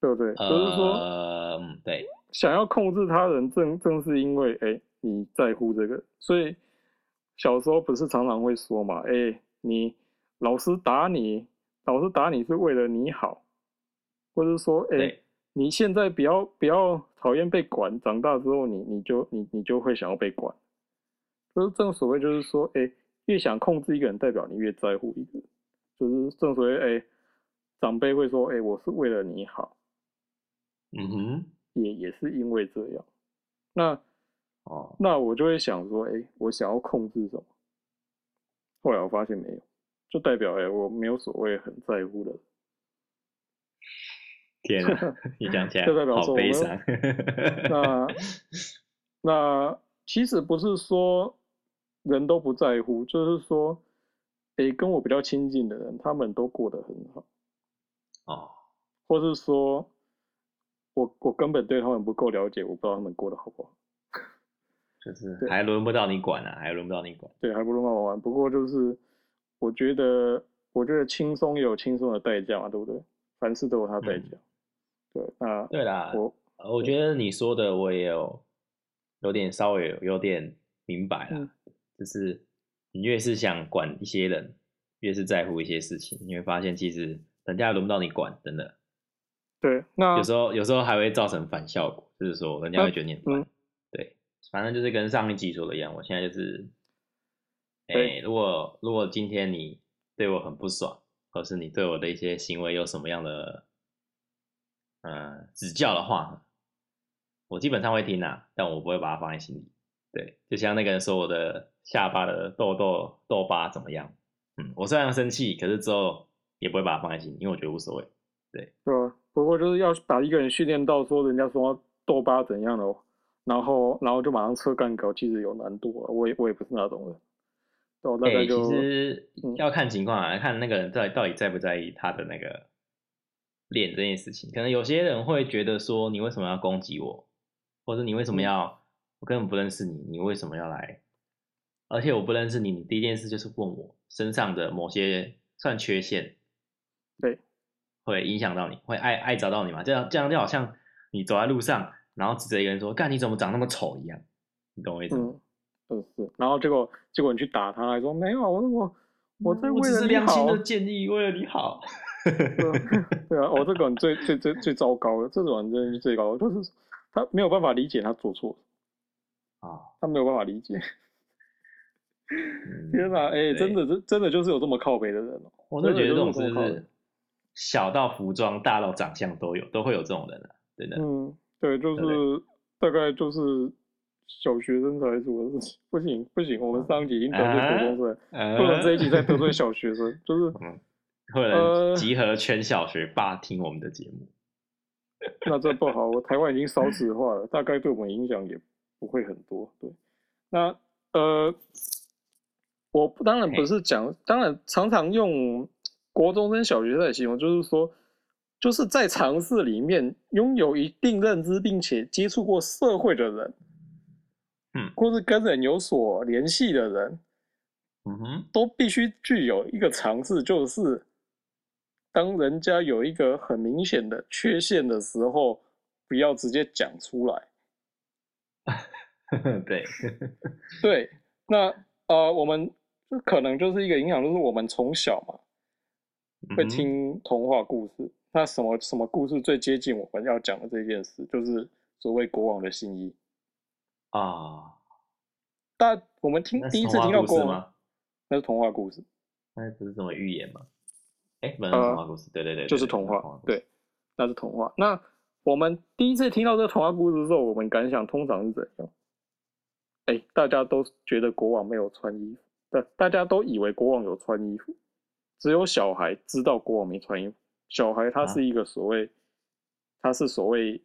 Speaker 2: 对不对？就是说，
Speaker 1: 呃，嗯，对，
Speaker 2: 想要控制他人正，正是因为哎、你在乎这个，所以小时候不是常常会说嘛，哎、你老师打你，老师打你是为了你好，或者说哎、
Speaker 1: 对，
Speaker 2: 你现在不要不要讨厌被管，长大之后你你就你你就会想要被管，就是正所谓就是说，哎、越想控制一个人，代表你越在乎一个人，就是正所谓哎、长辈会说，哎、我是为了你好。
Speaker 1: 嗯哼，
Speaker 2: 也也是因为这样。那
Speaker 1: 哦，
Speaker 2: 那我就会想说，哎、我想要控制什么？后来我发现没有，就代表哎、诶我没有所谓很在乎的人。
Speaker 1: 天 啊，你讲起来
Speaker 2: 这代表
Speaker 1: 好
Speaker 2: 说
Speaker 1: 悲
Speaker 2: 我
Speaker 1: 伤
Speaker 2: 们。 那那其实不是说人都不在乎，就是说，哎、跟我比较亲近的人，他们都过得很好，
Speaker 1: 哦，
Speaker 2: 或是说我我根本对他们不够了解，我不知道他们过得好不好。
Speaker 1: 就是
Speaker 2: 对
Speaker 1: 还轮不到你管啊，还轮不到你管。
Speaker 2: 对，还不如慢慢玩。不过就是，我觉得，我觉得轻松也有轻松的代价嘛，对不对？凡事都有它的代价。对，那
Speaker 1: 对啦，
Speaker 2: 我
Speaker 1: 嗯呃我觉得你说的我也有有点稍微有有点明白啦，
Speaker 2: 嗯
Speaker 1: 就是你越是想管一些人，越是在乎一些事情，你会发现其实人家轮不到你管，真的。
Speaker 2: 对那
Speaker 1: 有时候有时候还会造成反效果，就是说人家会觉得你很烦。
Speaker 2: 嗯嗯
Speaker 1: 对，反正就是跟上一集说的一样，我现在就是，哎、
Speaker 2: 对
Speaker 1: 如果如果今天你对我很不爽，或是你对我的一些行为有什么样的呃指教的话，我基本上会听啊，但我不会把它放在心里。对，就像那个人说我的下巴的痘痘痘疤怎么样？嗯，我虽然生气，可是之后也不会把它放在心里，因为我觉得无所谓。
Speaker 2: 对吧？不过就是要把一个人训练到说人家说痘疤怎样的，然后然后就马上测干搞，其实有难度啊。我也我也不是那种人，那我大
Speaker 1: 哎、
Speaker 2: 概就、
Speaker 1: 其实
Speaker 2: 嗯
Speaker 1: 要看情况啊，看那个人到底到底在不在意他的那个脸这件事情。可能有些人会觉得说，你为什么要攻击我，或者你为什么
Speaker 2: 嗯
Speaker 1: 要、我根本不认识你，你为什么要来而且我不认识你，你第一件事就是问我身上的某些算缺陷，
Speaker 2: 对，
Speaker 1: 会影响到你，会碍碍找到你嘛？这样这样就好像你走在路上，然后指着一个人说：“干，你怎么长那么丑？”一样，你懂我意思吗？
Speaker 2: 嗯，嗯是。然后结果结果你去打他，还说没有，啊我我我在
Speaker 1: 嗯我
Speaker 2: 为
Speaker 1: 只
Speaker 2: 了
Speaker 1: 是
Speaker 2: 你
Speaker 1: 良心
Speaker 2: 好啊
Speaker 1: 的建议，为了你好。
Speaker 2: 对啊，我、这个人最最最最糟糕了，这种人真的是最糟糕，就是他没有办法理解他做错，
Speaker 1: 啊，
Speaker 2: 他没有办法理解。
Speaker 1: 嗯
Speaker 2: 天哪、哎、
Speaker 1: 对
Speaker 2: 真的真真的就是有这么靠北的人哦、
Speaker 1: 我真的觉得这种
Speaker 2: 真
Speaker 1: 事
Speaker 2: 的就是这么靠
Speaker 1: 是小到服装，大到长相都有，都会有这种人啊，真的。
Speaker 2: 嗯，对，就
Speaker 1: 对
Speaker 2: 是大概就是小学生才做的事情，不行不行，我们上一集已经得罪
Speaker 1: 啊
Speaker 2: 高中生，
Speaker 1: 呃
Speaker 2: 不能这一集再得罪小学生，就是
Speaker 1: 嗯，会有人
Speaker 2: 呃
Speaker 1: 集合全小学霸听我们的节目。
Speaker 2: 那这不好，我台湾已经少子化了，大概对我们影响也不会很多。对，那呃，我不当然不是讲，当然常常用国中生、小学生来形容，就是说，就是在尝试里面拥有一定认知，并且接触过社会的人，
Speaker 1: 嗯
Speaker 2: 或是跟人有所联系的人，
Speaker 1: 嗯哼，
Speaker 2: 都必须具有一个尝试，就是当人家有一个很明显的缺陷的时候，不要直接讲出来。
Speaker 1: 对，
Speaker 2: 对，那呃，我们这可能就是一个影响，就是我们从小嘛会
Speaker 1: 嗯哼
Speaker 2: 听童话故事，那什么什么故事最接近我们要讲的这件事，就是所谓国王的新衣。
Speaker 1: 啊，
Speaker 2: 但我们听
Speaker 1: 那
Speaker 2: 第
Speaker 1: 是
Speaker 2: 一
Speaker 1: 童
Speaker 2: 次
Speaker 1: 话
Speaker 2: 听到
Speaker 1: 故
Speaker 2: 国
Speaker 1: 事
Speaker 2: 王，
Speaker 1: 吗？
Speaker 2: 那是童话故事。
Speaker 1: 那不是什么寓言吗？哎，不能是
Speaker 2: 呃
Speaker 1: 童话故事，对对对，
Speaker 2: 就是
Speaker 1: 对
Speaker 2: 童话，，
Speaker 1: 是
Speaker 2: 对，那是童话。那我们第一次听到这童话故事的时候，我们感想通常是怎样？哎，大家都觉得国王没有穿衣服，大大家都以为国王有穿衣服，只有小孩知道国王没穿衣服。小孩他
Speaker 1: 啊
Speaker 2: 是一个所谓，他是所谓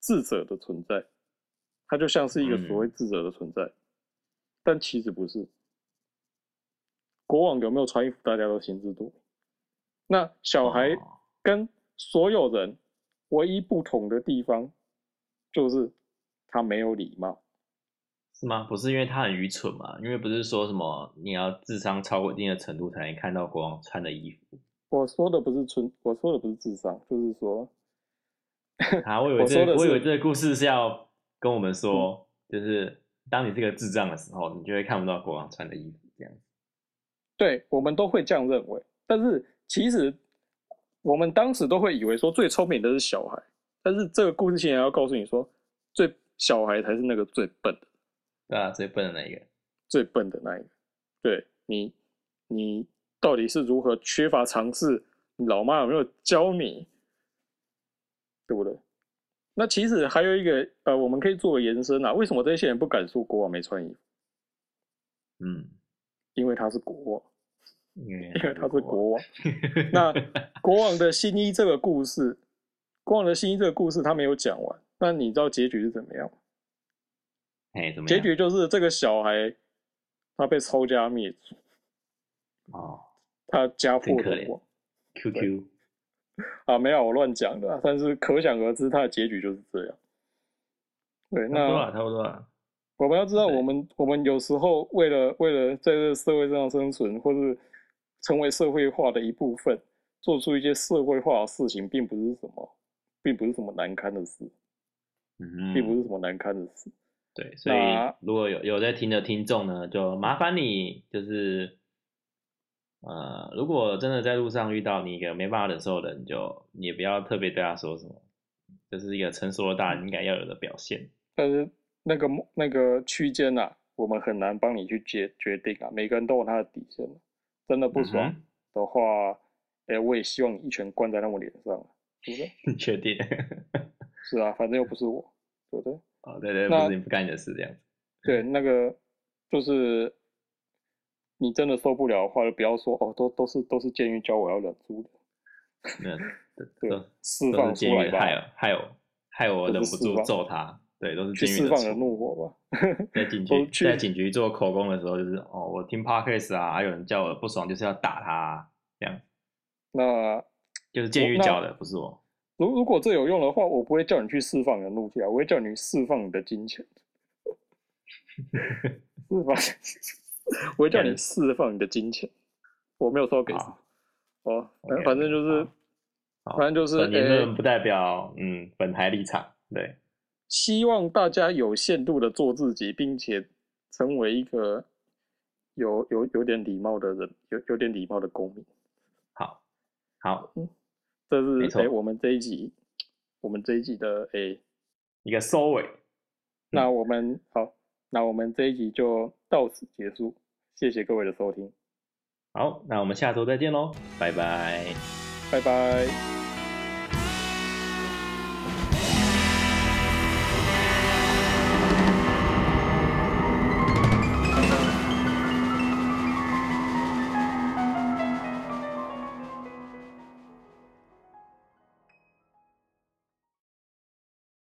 Speaker 2: 智者的存在，他就像是一个所谓智者的存在，但其实不是。国王有没有穿衣服，大家都心知肚明。那小孩
Speaker 1: 哦
Speaker 2: 跟所有人唯一不同的地方，就是他没有礼貌。
Speaker 1: 是吗？不是因为他很愚蠢嘛？因为不是说什么你要智商超过一定的程度才能看到国王穿的衣服
Speaker 2: 我说的不是纯，我说的不是智商，就是说，
Speaker 1: 啊？我以为
Speaker 2: 我
Speaker 1: 这
Speaker 2: 说的
Speaker 1: 我以
Speaker 2: 是嗯
Speaker 1: 为这个故事是要跟我们说，就是当你是个智障的时候，你就会看不到国王穿的衣服这样。
Speaker 2: 对我们都会这样认为，但是其实我们当时都会以为说最聪明的是小孩，但是这个故事现在要告诉你说，最小孩才是那个最笨的。
Speaker 1: 对啊，最笨的那一个。
Speaker 2: 最笨的那一个。对你，你到底是如何缺乏尝试？你老妈有没有教你？对不对？那其实还有一个呃，我们可以做个延伸啊。为什么这些人不敢说国王没穿衣服？
Speaker 1: 嗯，
Speaker 2: 因为他是国王，
Speaker 1: 因为
Speaker 2: 因为他是
Speaker 1: 国
Speaker 2: 国王。那国王的新衣这个故事，国王的新衣这个故事他没有讲完。那你知道结局是怎么样吗？
Speaker 1: 哎怎么
Speaker 2: 结
Speaker 1: 样
Speaker 2: 局就是这个小孩他被抄家灭族，
Speaker 1: 哦
Speaker 2: 他家破
Speaker 1: 真可
Speaker 2: 人
Speaker 1: 怜
Speaker 2: 亡。
Speaker 1: ，QQ
Speaker 2: 啊，没有，我乱讲的啊，但是可想而知，它的结局就是这样。对，
Speaker 1: 差不多了，
Speaker 2: 那
Speaker 1: 差不多了。
Speaker 2: 我们要知道，
Speaker 1: 对
Speaker 2: 我们我们有时候为了为了在这个社会上生存，或是成为社会化的一部分，做出一些社会化的事情，并不是什么，并不是什么难堪的事，
Speaker 1: 嗯，
Speaker 2: 并不是什么难堪的事。
Speaker 1: 对，所以
Speaker 2: 那
Speaker 1: 如果有有在听的听众呢，就麻烦你就是，呃，如果真的在路上遇到你一个没办法忍受的人，你就你也不要特别对他说什么，这是一个成熟的大人应该要有的表现。
Speaker 2: 但是那个那个区间啊，我们很难帮你去决决定啊，每个人都有他的底线啊、真的不爽
Speaker 1: 嗯
Speaker 2: 的话，哎、我也希望你一拳灌在他们脸上啊，对不对？
Speaker 1: 你确定？
Speaker 2: 是啊，反正又不是我，对不对？
Speaker 1: 哦，对对，
Speaker 2: 那
Speaker 1: 不是你不干你的事这样子。
Speaker 2: 对，那个就是你真的受不了的话，就不要说哦，都都是都是监狱教我要忍住的，
Speaker 1: 那都
Speaker 2: 对，
Speaker 1: 都
Speaker 2: 释
Speaker 1: 都是
Speaker 2: 放出
Speaker 1: 监
Speaker 2: 来
Speaker 1: 狱害
Speaker 2: 吧，
Speaker 1: 我害我害我忍
Speaker 2: 都是
Speaker 1: 不
Speaker 2: 释
Speaker 1: 住
Speaker 2: 放
Speaker 1: 揍他，对，都是
Speaker 2: 去
Speaker 1: 监狱
Speaker 2: 释
Speaker 1: 的
Speaker 2: 放你的
Speaker 1: 错。
Speaker 2: 怒火吧。
Speaker 1: 在警
Speaker 2: 都
Speaker 1: 局
Speaker 2: 去
Speaker 1: 在警局做口供的时候，就是哦，我听 podcast 啊，还有人叫我不爽，就是要打他、啊，这样
Speaker 2: 那
Speaker 1: 就是监狱
Speaker 2: 哦那
Speaker 1: 教的，不是我。
Speaker 2: 如如果这有用的话，我不会叫你去释放你的怒气啊，我会叫你释放你的金钱，释放 我会叫你释放你的金钱。我没有说给谁
Speaker 1: 好，
Speaker 2: 哦，
Speaker 1: OK，
Speaker 2: 反正就是，
Speaker 1: 好
Speaker 2: 反正就是，
Speaker 1: 本言
Speaker 2: 呃
Speaker 1: 论不代表嗯本台立场，对，
Speaker 2: 希望大家有限度的做自己，并且成为一个有有有点礼貌的人，有有点礼貌的公民。
Speaker 1: 好，好，
Speaker 2: 这
Speaker 1: 没
Speaker 2: 是
Speaker 1: 错嗯
Speaker 2: 哎，我们这一集，我们这一集的哎，
Speaker 1: 一个收尾，
Speaker 2: 那我们好，那我们这一集就到此结束，谢谢各位的收听，
Speaker 1: 好，那我们下周再见喽，拜拜。
Speaker 2: 拜拜。